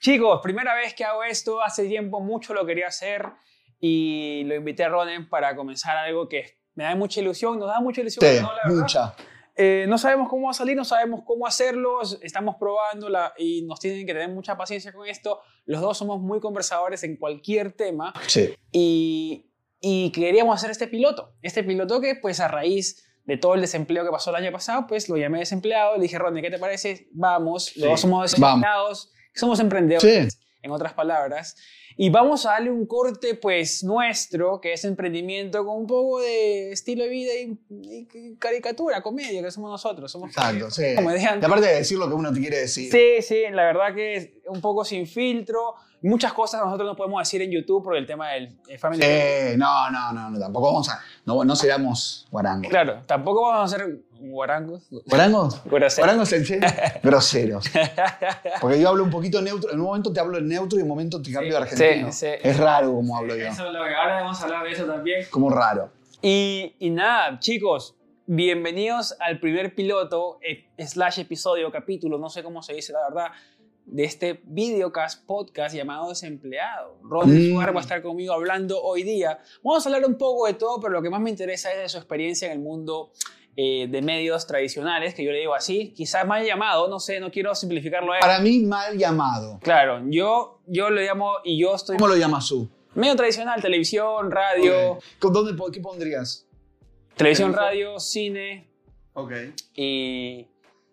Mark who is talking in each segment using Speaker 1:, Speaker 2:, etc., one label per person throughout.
Speaker 1: Chicos, primera vez que hago esto, hace tiempo mucho lo quería hacer y lo invité a Ronen para comenzar algo que me da mucha ilusión, nos da mucha ilusión.
Speaker 2: Te,
Speaker 1: ¿no? La verdad.
Speaker 2: mucha.
Speaker 1: Eh, no sabemos cómo va a salir, no sabemos cómo hacerlo, estamos probando la- y nos tienen que tener mucha paciencia con esto. Los dos somos muy conversadores en cualquier tema
Speaker 2: Sí.
Speaker 1: y, y queríamos hacer este piloto. Este piloto que, pues, a raíz de todo el desempleo que pasó el año pasado, pues lo llamé desempleado, le dije, Ronnie, ¿qué te parece? Vamos, los
Speaker 2: Sí,
Speaker 1: dos somos desempleados, somos emprendedores, en otras palabras, y vamos a darle un corte, pues, nuestro, que es emprendimiento con un poco de estilo de vida y, y caricatura, comedia, que somos nosotros, somos
Speaker 2: Exacto, sí.
Speaker 1: comediantes.
Speaker 2: Y aparte de decir lo que uno te quiere decir.
Speaker 1: Sí, sí, la verdad que es un poco sin filtro. Muchas cosas nosotros no podemos decir en YouTube por el tema del eh, family.
Speaker 2: Eh, no, no, no, no, tampoco vamos a. No, no seamos guarangos.
Speaker 1: Claro, tampoco vamos a hacer guarangos.
Speaker 2: ¿Guarangos?
Speaker 1: Groseros.
Speaker 2: Guarangos en serio. Groseros. Porque yo hablo un poquito neutro. En un momento te hablo en neutro y en un momento te cambio de
Speaker 1: sí,
Speaker 2: argentino.
Speaker 1: sí.
Speaker 2: Es raro como hablo yo.
Speaker 1: Eso es lo que ahora vamos a hablar de eso también.
Speaker 2: Como raro.
Speaker 1: Y, y nada, chicos, bienvenidos al primer piloto, eh, slash episodio, capítulo, no sé cómo se dice la verdad, de este videocast podcast llamado Desempleado. Ronnie
Speaker 2: Mm.
Speaker 1: Suárez va a estar conmigo hablando hoy día. Vamos a hablar un poco de todo, pero lo que más me interesa es de su experiencia en el mundo eh, de medios tradicionales, que yo le digo así, quizás mal llamado, no sé, no quiero simplificarlo a él.
Speaker 2: Para mí, mal llamado.
Speaker 1: Claro, yo, yo lo llamo y yo estoy
Speaker 2: ¿Cómo lo llamas tú?
Speaker 1: medio tradicional, televisión, radio,
Speaker 2: Ok. ¿Con dónde, po- ¿Qué pondrías?
Speaker 1: televisión,
Speaker 2: Televisión.
Speaker 1: radio, cine
Speaker 2: Ok.
Speaker 1: y,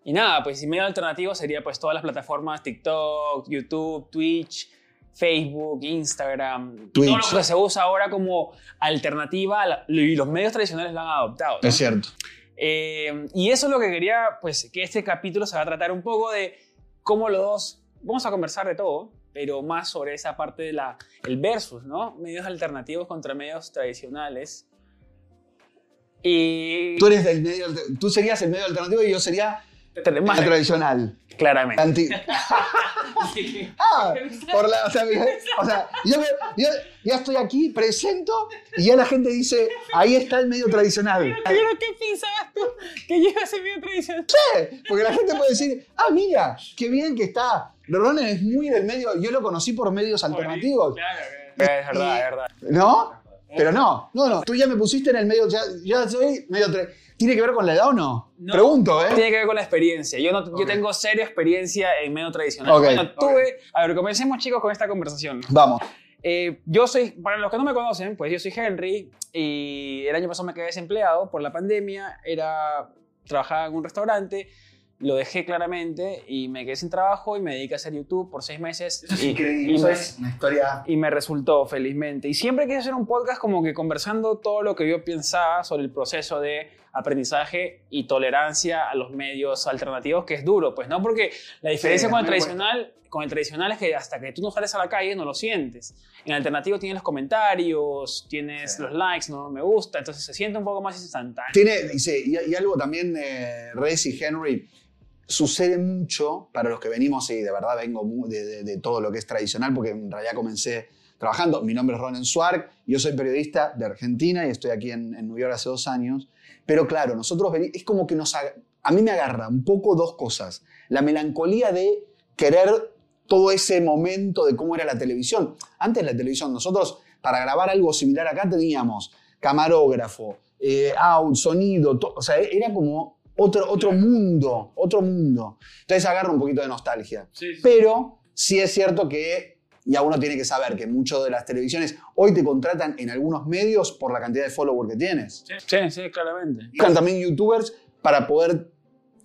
Speaker 1: y nada, pues y medio alternativo sería pues todas las plataformas, TikTok, YouTube, Twitch, Facebook, Instagram,
Speaker 2: Twitch.
Speaker 1: todo lo que se usa ahora como alternativa a la- y los medios tradicionales la han adoptado. ¿no?
Speaker 2: Es cierto.
Speaker 1: Eh, y eso es lo que quería, pues, que este capítulo se va a tratar un poco de cómo los dos, vamos a conversar de todo, pero más sobre esa parte de la, el versus, ¿no? Medios alternativos contra medios tradicionales. Y
Speaker 2: Tú, eres del medio, alter- tú serías el medio alternativo y yo sería
Speaker 1: más-
Speaker 2: el tradicional.
Speaker 1: claramente.
Speaker 2: Anti- Ah, por la- o, sea, mira, o sea, yo, me- yo- ya estoy aquí, presento, y ya la gente dice, ahí está el medio tradicional.
Speaker 1: Pero ¿qué pensabas tú que lleva ese medio tradicional?
Speaker 2: Sí, Porque la gente puede decir, ah, mira, qué bien que está. Ronen es muy del medio, yo lo conocí por medios alternativos,
Speaker 1: Es verdad, es verdad.
Speaker 2: ¿no? Pero no, no, no, tú ya me pusiste en el medio, ya, ya soy medio... tra- ¿Tiene que ver con la edad o no?
Speaker 1: No.
Speaker 2: Pregunto, ¿eh?
Speaker 1: Tiene que ver con la experiencia. Yo, no, yo
Speaker 2: Ok.
Speaker 1: tengo seria experiencia en medio tradicional.
Speaker 2: Ok,
Speaker 1: Bueno,
Speaker 2: ok.
Speaker 1: tuve, a ver, comencemos chicos con esta conversación.
Speaker 2: Vamos.
Speaker 1: Eh, yo soy, para los que no me conocen, pues yo soy Henry y el año pasado me quedé desempleado por la pandemia, era, trabajaba en un restaurante, lo dejé claramente y me quedé sin trabajo y me dediqué a hacer YouTube por seis meses. y, y me,
Speaker 2: una historia...
Speaker 1: y me resultó felizmente. Y siempre quise hacer un podcast como que conversando todo lo que yo pensaba sobre el proceso de aprendizaje y tolerancia a los medios alternativos, que es duro, pues no, porque la diferencia
Speaker 2: Sí,
Speaker 1: con,
Speaker 2: a
Speaker 1: el
Speaker 2: mí me cuesta.
Speaker 1: tradicional, con el tradicional es que hasta que tú no sales a la calle no lo sientes. En el alternativo tienes los comentarios, tienes
Speaker 2: Sí.
Speaker 1: los likes, no me gusta, entonces se siente un poco más instantáneo.
Speaker 2: Tiene, y sí, y, y algo también, eh, Rez y Henry, sucede mucho para los que venimos, y de verdad vengo mu- de, de- de todo lo que es tradicional, porque en realidad comencé trabajando. Mi nombre es Ronen Suark, yo soy periodista de Argentina y estoy aquí en, en New York hace dos años. Pero claro, nosotros veni- es como que nos. aga- A mí me agarra un poco dos cosas. La melancolía de querer todo ese momento de cómo era la televisión. Antes la televisión, nosotros para grabar algo similar acá teníamos camarógrafo, eh, out, sonido, to- o sea, era como otro, otro mundo, otro mundo. Entonces agarra un poquito de nostalgia. Pero sí es cierto que, ya uno tiene que saber que muchas de las televisiones hoy te contratan en algunos medios por la cantidad de followers que tienes.
Speaker 1: Sí, sí, claramente.
Speaker 2: Buscan también youtubers para poder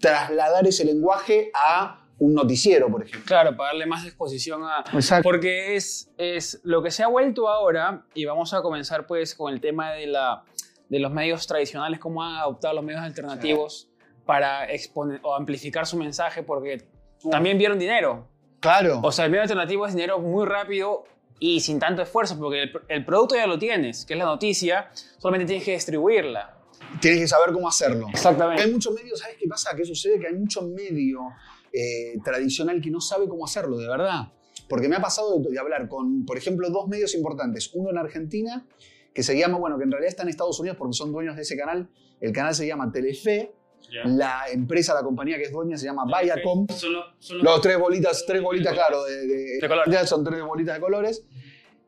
Speaker 2: trasladar ese lenguaje a un noticiero, por ejemplo.
Speaker 1: Claro, para darle más exposición a,
Speaker 2: Exacto.
Speaker 1: Porque es, es lo que se ha vuelto ahora, y vamos a comenzar pues con el tema de, la, de los medios tradicionales, cómo han adoptado los medios alternativos para exponer o amplificar su mensaje, porque también vieron dinero.
Speaker 2: Claro.
Speaker 1: O sea, el medio alternativo es dinero muy rápido y sin tanto esfuerzo, porque el, el producto ya lo tienes, que es la noticia, solamente tienes que distribuirla.
Speaker 2: Tienes que saber cómo hacerlo.
Speaker 1: Exactamente.
Speaker 2: Hay muchos medios, ¿sabes qué pasa? ¿Qué sucede? Que hay mucho medio eh, tradicional que no sabe cómo hacerlo, de verdad. Porque me ha pasado de, de hablar con, por ejemplo, dos medios importantes. Uno en Argentina, que se llama, bueno, que en realidad está en Estados Unidos porque son dueños de ese canal. El canal se llama Telefe
Speaker 3: Ya.
Speaker 2: La empresa, la compañía que es dueña se llama
Speaker 3: Ok.
Speaker 2: Viacom.
Speaker 3: Son los- son los-
Speaker 2: Los tres bolitas, tres bolitas, claro, de,
Speaker 1: De colores.
Speaker 2: ya son tres bolitas de colores.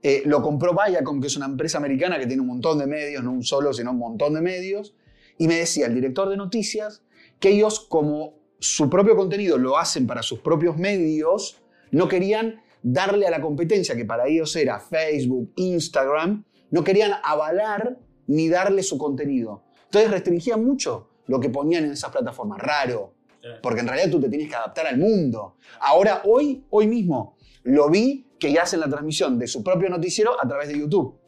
Speaker 2: Eh, lo compró Viacom, que es una empresa americana que tiene un montón de medios, no un solo, sino un montón de medios. Y me decía el director de noticias que ellos, como su propio contenido lo hacen para sus propios medios, no querían darle a la competencia, que para ellos era Facebook, Instagram, no querían avalar ni darle su contenido. Entonces restringían mucho lo que ponían en esas plataformas. Raro, porque en realidad tú te tienes que adaptar al mundo. Ahora, hoy, hoy mismo, lo vi que ya hacen la transmisión de su propio noticiero a través de YouTube.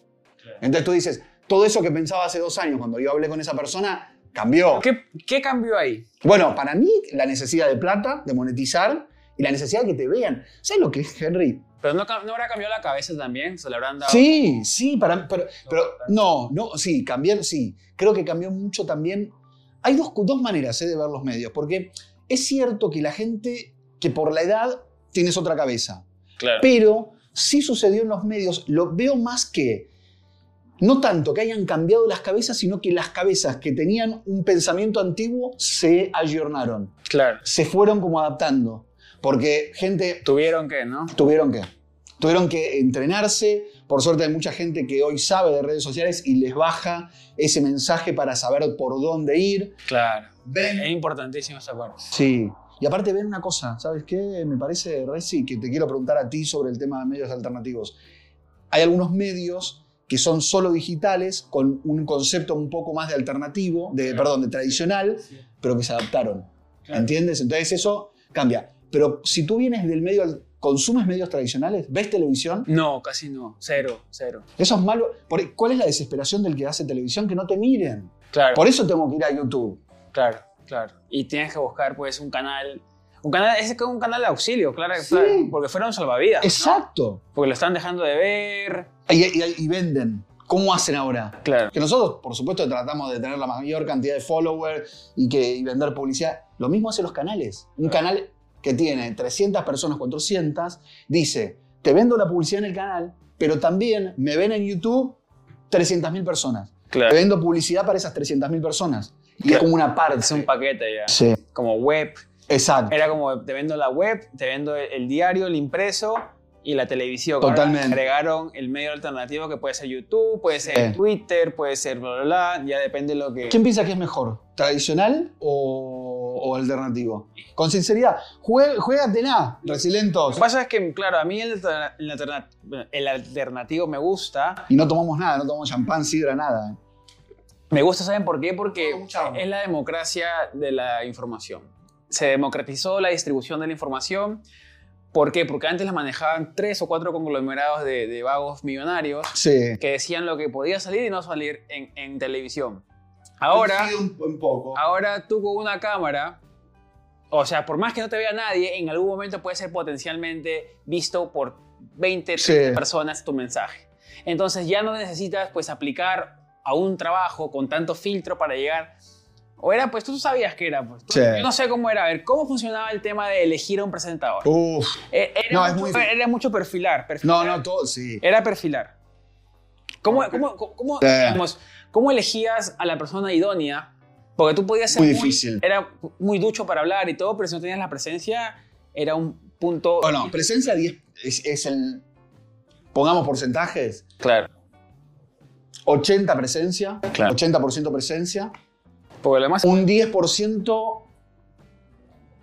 Speaker 3: Claro.
Speaker 2: Entonces tú dices, todo eso que pensaba hace dos años cuando yo hablé con esa persona, cambió.
Speaker 1: ¿Qué, qué cambió ahí?
Speaker 2: Bueno, para mí, la necesidad de plata, de monetizar y la necesidad de que te vean. ¿Sabes lo que es, Henry?
Speaker 1: Pero no, cam- no habrá cambiado la cabeza también, se le habrán dado.
Speaker 2: Sí, sí, para, pero, pero no, no, sí, cambiar, sí. Creo que cambió mucho también. Hay dos, dos maneras eh, de ver los medios, porque es cierto que la gente que por la edad tienes otra cabeza,
Speaker 3: Claro.
Speaker 2: pero sí sucedió en los medios, lo veo más que, no tanto que hayan cambiado las cabezas, sino que las cabezas que tenían un pensamiento antiguo se ayornaron,
Speaker 1: Claro.
Speaker 2: se fueron como adaptando, porque gente
Speaker 1: Tuvieron que, ¿no?
Speaker 2: Tuvieron que. Tuvieron que entrenarse. Por suerte hay mucha gente que hoy sabe de redes sociales y les baja ese mensaje para saber por dónde ir.
Speaker 1: Claro.
Speaker 2: Ven.
Speaker 1: Es importantísimo esa parte.
Speaker 2: Sí. Y aparte ven una cosa, ¿sabes qué? Me parece, Reci, que te quiero preguntar a ti sobre el tema de medios alternativos. Hay algunos medios que son solo digitales, con un concepto un poco más de alternativo, de, perdón, de tradicional,
Speaker 3: Sí.
Speaker 2: pero que se adaptaron.
Speaker 3: Claro.
Speaker 2: ¿Entiendes? Entonces eso cambia. Pero si tú vienes del medio, al- consumes medios tradicionales, ves televisión,
Speaker 1: No, casi no. Cero, cero.
Speaker 2: Eso es malo. Por- ¿Cuál es la desesperación del que hace televisión? Que no te miren.
Speaker 1: Claro,
Speaker 2: Por eso tengo que ir a YouTube.
Speaker 1: claro, claro. Y tienes que buscar, pues, un canal. Un canal, es como un canal de auxilio, claro,
Speaker 2: Sí.
Speaker 1: claro, porque fueron salvavidas.
Speaker 2: Exacto.
Speaker 1: Porque lo están dejando de ver.
Speaker 2: Y, y- y venden. ¿Cómo hacen ahora?
Speaker 1: Claro.
Speaker 2: Que nosotros, por supuesto, tratamos de tener la mayor cantidad de followers y, que, y vender publicidad. Lo mismo hacen los canales. Un canal que tiene 300 personas, 400, dice, te vendo la publicidad en el canal, pero también me ven en YouTube 300.000 personas. Te
Speaker 1: Claro.
Speaker 2: vendo publicidad para esas 300.000 personas. Y es
Speaker 1: Claro.
Speaker 2: como una parte.
Speaker 1: Es un paquete ya.
Speaker 2: Sí,
Speaker 1: Como web.
Speaker 2: exacto.
Speaker 1: Era como, te vendo la web, te vendo el, el diario, el impreso y la televisión. Ahora
Speaker 2: Totalmente.
Speaker 1: agregaron el medio alternativo que puede ser YouTube, puede ser
Speaker 2: Sí.
Speaker 1: Twitter, puede ser bla, bla, bla. Ya depende de lo que...
Speaker 2: ¿Quién piensa que es mejor? ¿Tradicional o, o alternativo? Con sinceridad, jue- juégatela,
Speaker 1: Lo
Speaker 2: Resilentos.
Speaker 1: que pasa es que, claro, a mí el, alterna- el alterna- bueno, el alternativo me gusta.
Speaker 2: Y no tomamos nada, no tomamos champán, sidra, nada.
Speaker 1: Me gusta, ¿saben por qué? Porque
Speaker 2: Mucha agua.
Speaker 1: es la democracia de la información. Se democratizó la distribución de la información. ¿Por qué? Porque antes la manejaban tres o cuatro conglomerados de, de vagos millonarios
Speaker 2: Sí.
Speaker 1: que decían lo que podía salir y no salir en, en televisión. Ahora,
Speaker 2: Un, poco.
Speaker 1: ahora tú con una cámara, o sea, por más que no te vea nadie, en algún momento puede ser potencialmente visto por 20,
Speaker 2: Sí.
Speaker 1: 30 personas tu mensaje. Entonces ya no necesitas pues aplicar a un trabajo con tanto filtro para llegar. O era, pues tú sabías que era, pues. Tú-
Speaker 2: Sí.
Speaker 1: No sé cómo era, a ver, ¿cómo funcionaba el tema de elegir a un presentador?
Speaker 2: Uf.
Speaker 1: Eh, era,
Speaker 2: Uh. No, es
Speaker 1: mucho,
Speaker 2: muy-
Speaker 1: era mucho perfilar,
Speaker 2: No,
Speaker 1: perfilar.
Speaker 2: no, todo, sí.
Speaker 1: Era perfilar. ¿Cómo, cómo, cómo- cómo,
Speaker 2: Sí.
Speaker 1: digamos, cómo elegías a la persona idónea? Porque tú podías ser
Speaker 2: Muy difícil.
Speaker 1: Era muy ducho para hablar y todo, pero si no tenías la presencia, era un punto.
Speaker 2: Bueno, presencia 10 es, es el. Pongamos porcentajes:
Speaker 1: Claro.
Speaker 2: 80 presencia,
Speaker 1: Claro.
Speaker 2: 80% presencia,
Speaker 1: Porque lo demás.
Speaker 2: un 10%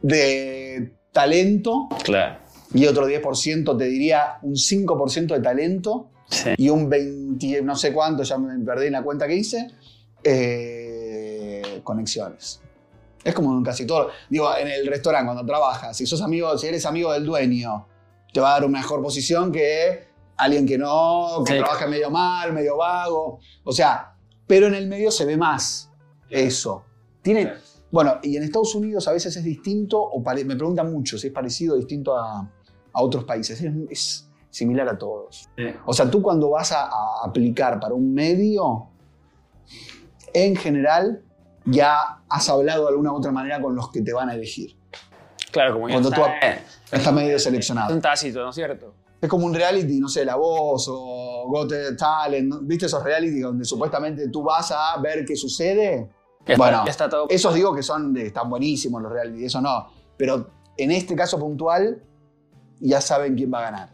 Speaker 2: de talento.
Speaker 1: Claro.
Speaker 2: y otro 10% te diría un 5% de talento y un 20, no sé cuánto, ya me perdí en la cuenta que hice, eh, conexiones. Es como en casi todo, digo, en el restaurante cuando trabajas, si sos amigo, si eres amigo del dueño, te va a dar una mejor posición que alguien que no, que
Speaker 1: Sí.
Speaker 2: trabaja medio mal, medio vago, o sea, pero en el medio se ve más eso. Tiene,
Speaker 3: Claro.
Speaker 2: bueno, y en Estados Unidos a veces es distinto, o pare- me preguntan mucho si es parecido o distinto a, a otros países. Es, es similar a todos.
Speaker 3: Sí.
Speaker 2: O sea, tú cuando vas a, a aplicar para un medio, en general ya has hablado de alguna u otra manera con los que te van a elegir.
Speaker 1: Claro, como ya
Speaker 2: Cuando tú
Speaker 1: está, eh,
Speaker 2: Está medio
Speaker 1: es
Speaker 2: seleccionado.
Speaker 1: un tácito, ¿no es cierto?
Speaker 2: Es como un reality, no sé, La Voz o Got Talent. ¿no? ¿Viste esos reality donde supuestamente tú vas a ver qué sucede?
Speaker 1: Ya está-
Speaker 2: Bueno, Eh,
Speaker 1: ya está todo.
Speaker 2: Esos digo que son, de- están buenísimos los reality, eso no. Pero en este caso puntual, ya saben quién va a ganar.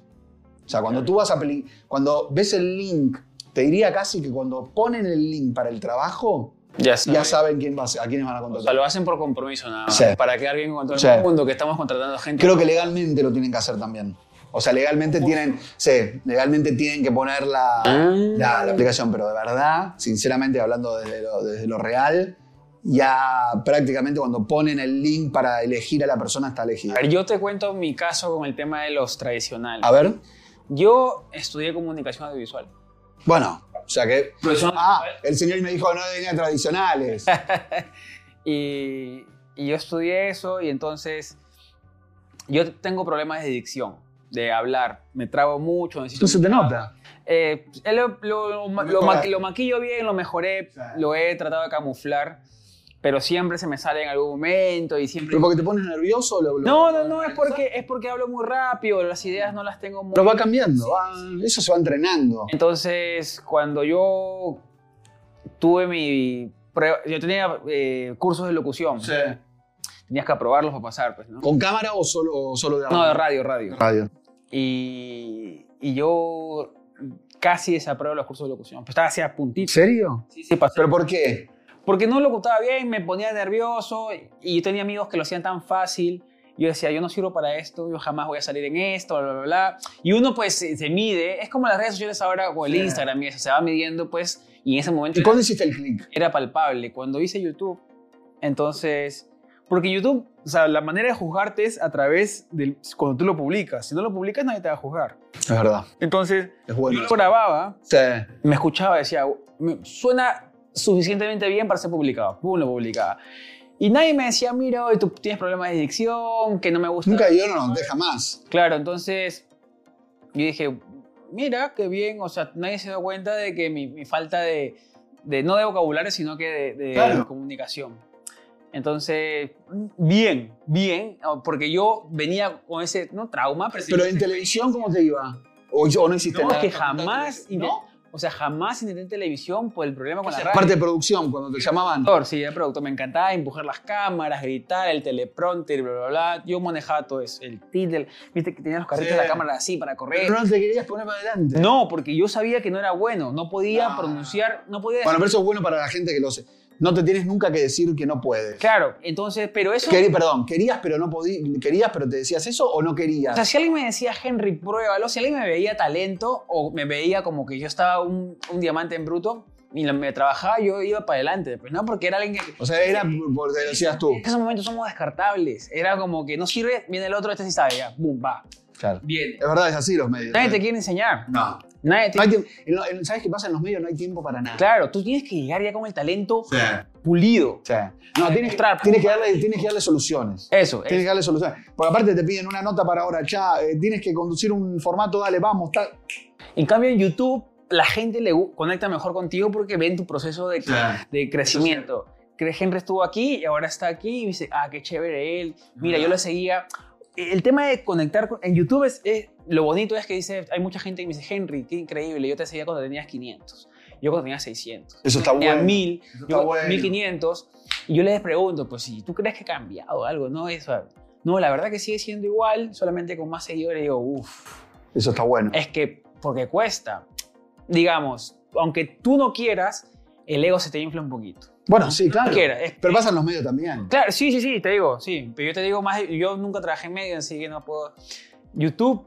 Speaker 2: O sea, cuando tú vas a peli- cuando ves el link, te diría casi que cuando ponen el link para el trabajo,
Speaker 1: Ya saben.
Speaker 2: ya saben quién va a, ser- a quiénes van a
Speaker 1: O sea,
Speaker 2: contratar.
Speaker 1: lo hacen por compromiso nada más.
Speaker 2: Sí.
Speaker 1: Para quedar bien con todo el
Speaker 2: Sí.
Speaker 1: mundo que estamos contratando gente.
Speaker 2: Creo que legalmente lo tienen que hacer también. O sea, legalmente tienen, sí, legalmente tienen que poner
Speaker 1: Ah.
Speaker 2: la, la, la aplicación, pero de verdad, sinceramente, hablando desde lo, desde lo real, ya prácticamente cuando ponen el link para elegir a la persona está elegida.
Speaker 1: A ver, yo te cuento mi caso con el tema de los tradicionales.
Speaker 2: A ver,
Speaker 1: Yo estudié comunicación audiovisual.
Speaker 2: bueno, o sea que...
Speaker 1: Profesión
Speaker 2: Ah,
Speaker 1: audiovisual.
Speaker 2: el señor me dijo no venía tradicionales.
Speaker 1: Y, y yo estudié eso y entonces yo tengo problemas de dicción, de hablar. Me trago mucho, necesito...
Speaker 2: te nota.
Speaker 1: Eh, él lo, lo- lo ma- lo
Speaker 2: Mejorar.
Speaker 1: maqui- lo maquillo bien, lo mejoré,
Speaker 2: Sí.
Speaker 1: lo he tratado de camuflar, pero siempre se me sale en algún momento y siempre...
Speaker 2: ¿Pero porque te pones nervioso? Lo, lo-
Speaker 1: No, no, no, es porque, es porque hablo muy rápido, las ideas no las tengo muy...
Speaker 2: Pero va cambiando, va- eso se va entrenando.
Speaker 1: Entonces, cuando yo tuve mi prueba, yo tenía eh, cursos de locución, tenías que aprobarlos para pasar, pues, ¿no?
Speaker 2: ¿Con cámara o solo, o solo de
Speaker 1: No, de radio, radio.
Speaker 2: radio.
Speaker 1: Y, y yo casi desapruebo los cursos de locución, pues estaba así a
Speaker 2: ¿En
Speaker 1: puntito.
Speaker 2: serio?
Speaker 1: Sí, sí, pasé.
Speaker 2: ¿Pero por qué?
Speaker 1: Porque no locutaba bien, me ponía nervioso y yo tenía amigos que lo hacían tan fácil. Yo decía, yo no sirvo para esto, yo jamás voy a salir en esto, bla, bla, bla. Y uno pues se, se mide, es como las redes sociales ahora o el
Speaker 2: Sí.
Speaker 1: Instagram y eso, se va midiendo pues y en ese momento
Speaker 2: ¿Y cuándo hiciste el clic?
Speaker 1: era palpable. Cuando hice YouTube, entonces, porque YouTube, o sea, la manera de juzgarte es a través del, cuando tú lo publicas. Si no lo publicas nadie te va a juzgar.
Speaker 2: Es verdad,
Speaker 1: Entonces,
Speaker 2: es bueno.
Speaker 1: yo lo grababa,
Speaker 2: Sí.
Speaker 1: me escuchaba, decía, "Me- suena suficientemente bien para ser publicado. Pum, lo publicaba. Y nadie me decía, mira, hoy tú tienes problemas de dicción, que no me gusta.
Speaker 2: Nunca yo no nos deja más.
Speaker 1: Claro, entonces yo dije, mira, qué bien, o sea, nadie se dio cuenta de que mi, mi falta de, de- no de vocabulario, sino que de, de
Speaker 2: Claro.
Speaker 1: comunicación. Entonces, bien, bien, porque yo venía con ese, no trauma, pero...
Speaker 2: Pero en televisión, ¿cómo te iba? ¿O, o no hiciste
Speaker 1: No, es
Speaker 2: nada?
Speaker 1: que jamás,
Speaker 2: ¿No?
Speaker 1: inte- o sea, jamás intenté televisión por el problema con la radio.
Speaker 2: Parte de producción, cuando te llamaban.
Speaker 1: Productor, sí, era productor. Me encantaba empujar las cámaras, gritar, el teleprompter, bla, bla, bla. Yo manejaba todo eso, el título. Viste que tenía los carritos
Speaker 2: Sí.
Speaker 1: de la cámara así para correr.
Speaker 2: Pero no te querías poner para adelante.
Speaker 1: No, porque yo sabía que no era bueno. No podía
Speaker 2: Ah.
Speaker 1: pronunciar, no podía decir.
Speaker 2: Bueno, pero eso es bueno para la gente que lo sé. No te tienes nunca que decir que no puedes.
Speaker 1: claro, entonces, pero eso.
Speaker 2: Querí- perdón, querías pero no podías, querías pero te decías eso o no querías.
Speaker 1: O sea, si alguien me decía, Henry, pruébalo, si alguien me veía talento o me veía como que yo estaba un, un diamante en bruto y lo- me trabajaba, yo iba para adelante. Pues no, porque era alguien que.
Speaker 2: era porque lo decías tú.
Speaker 1: En esos momentos somos descartables. Era como que no sirve, viene el otro, este sí sabe, ya, boom, va.
Speaker 2: Claro.
Speaker 1: Viene.
Speaker 2: Es verdad, es así los medios.
Speaker 1: Nadie te quiere enseñar.
Speaker 2: No.
Speaker 1: Nadie te-
Speaker 2: No hay tiempo. En lo- en- ¿Sabes qué pasa en los medios? No hay tiempo para nada.
Speaker 1: Claro, tú tienes que llegar ya con el talento
Speaker 2: Sí.
Speaker 1: pulido.
Speaker 2: Sí. No, tienes, que-
Speaker 1: Mostrar.
Speaker 2: eh, tienes que darle, tienes que darle soluciones.
Speaker 1: Eso,
Speaker 2: Tienes que
Speaker 1: eso.
Speaker 2: darle soluciones. Porque aparte te piden una nota para ahora, ya, eh, tienes que conducir un formato, dale, vamos, tal.
Speaker 1: En cambio, en YouTube, la gente le gu- conecta mejor contigo porque ven tu proceso de, de crecimiento. Que Henry estuvo aquí y ahora está aquí y dice, ah, qué chévere él. Mira, yo lo seguía. El tema de conectar con- en YouTube es, es- lo bonito es que dice, hay mucha gente que me dice, Henry, qué increíble, yo te seguía cuando tenías 500, yo cuando tenía 600.
Speaker 2: Eso está
Speaker 1: tenía
Speaker 2: bueno.
Speaker 1: 1000,
Speaker 2: Eso
Speaker 1: yo
Speaker 2: está bueno.
Speaker 1: 1500. Y yo les pregunto, pues si tú crees que ha cambiado algo, no, eso. No, la verdad que sigue siendo igual, solamente con más seguidores. Digo, uff,
Speaker 2: Eso está bueno.
Speaker 1: es que porque cuesta. Digamos, aunque tú no quieras, el ego se te infla un poquito.
Speaker 2: Bueno, sí, claro.
Speaker 1: No quieras. es-
Speaker 2: Pero pasa en los medios también.
Speaker 1: Claro, sí, sí, sí, te digo, sí. Pero yo te digo más, yo nunca trabajé en medio, así que no puedo. YouTube,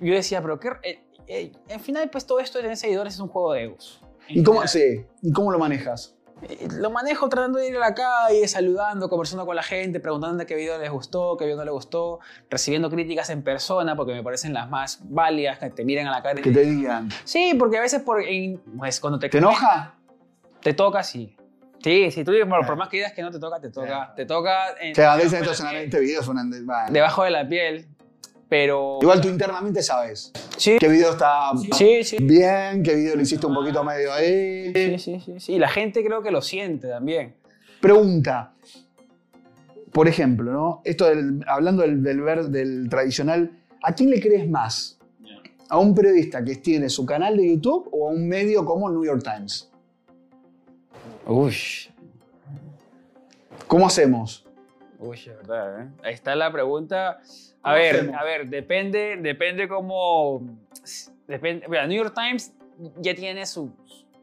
Speaker 1: yo decía, pero qué. eh, eh, al final, pues todo esto de tener seguidores es un juego de egos.
Speaker 2: ¿Y cómo, sí, ¿Y cómo lo manejas?
Speaker 1: Eh, Lo manejo tratando de ir a la calle, saludando, conversando con la gente, preguntando de qué video les gustó, qué video no les gustó, recibiendo críticas en persona porque me parecen las más válidas, que te miran a la cara. y
Speaker 2: Que te digan.
Speaker 1: Sí, porque a veces por, en- pues, cuando te,
Speaker 2: ¿Te enoja?
Speaker 1: te toca, sí. Sí, si tú por,
Speaker 2: Ah.
Speaker 1: por más que digas que no te toca, te toca. Te toca en-
Speaker 2: O sea, a veces
Speaker 1: debajo,
Speaker 2: estos
Speaker 1: de la piel,
Speaker 2: este videos son de- bueno.
Speaker 1: debajo de la piel, pero...
Speaker 2: Igual tú internamente sabes
Speaker 1: Sí,
Speaker 2: qué video está
Speaker 1: sí, sí.
Speaker 2: bien, qué video le hiciste un poquito medio ahí.
Speaker 1: Sí, sí, sí, sí. Y la gente creo que lo siente también.
Speaker 2: Pregunta. Por ejemplo, ¿no? Esto del- hablando del, del, ver- del tradicional, ¿a quién le crees más? ¿A un periodista que tiene su canal de YouTube o a un medio como el New York Times?
Speaker 1: Uy.
Speaker 2: ¿Cómo hacemos?
Speaker 1: Uy, es verdad, ¿eh? Ahí está la pregunta. A
Speaker 2: ¿Cómo
Speaker 1: ver,
Speaker 2: hacemos?
Speaker 1: a ver, depende, depende cómo... Depende, mira, New York Times ya tiene su,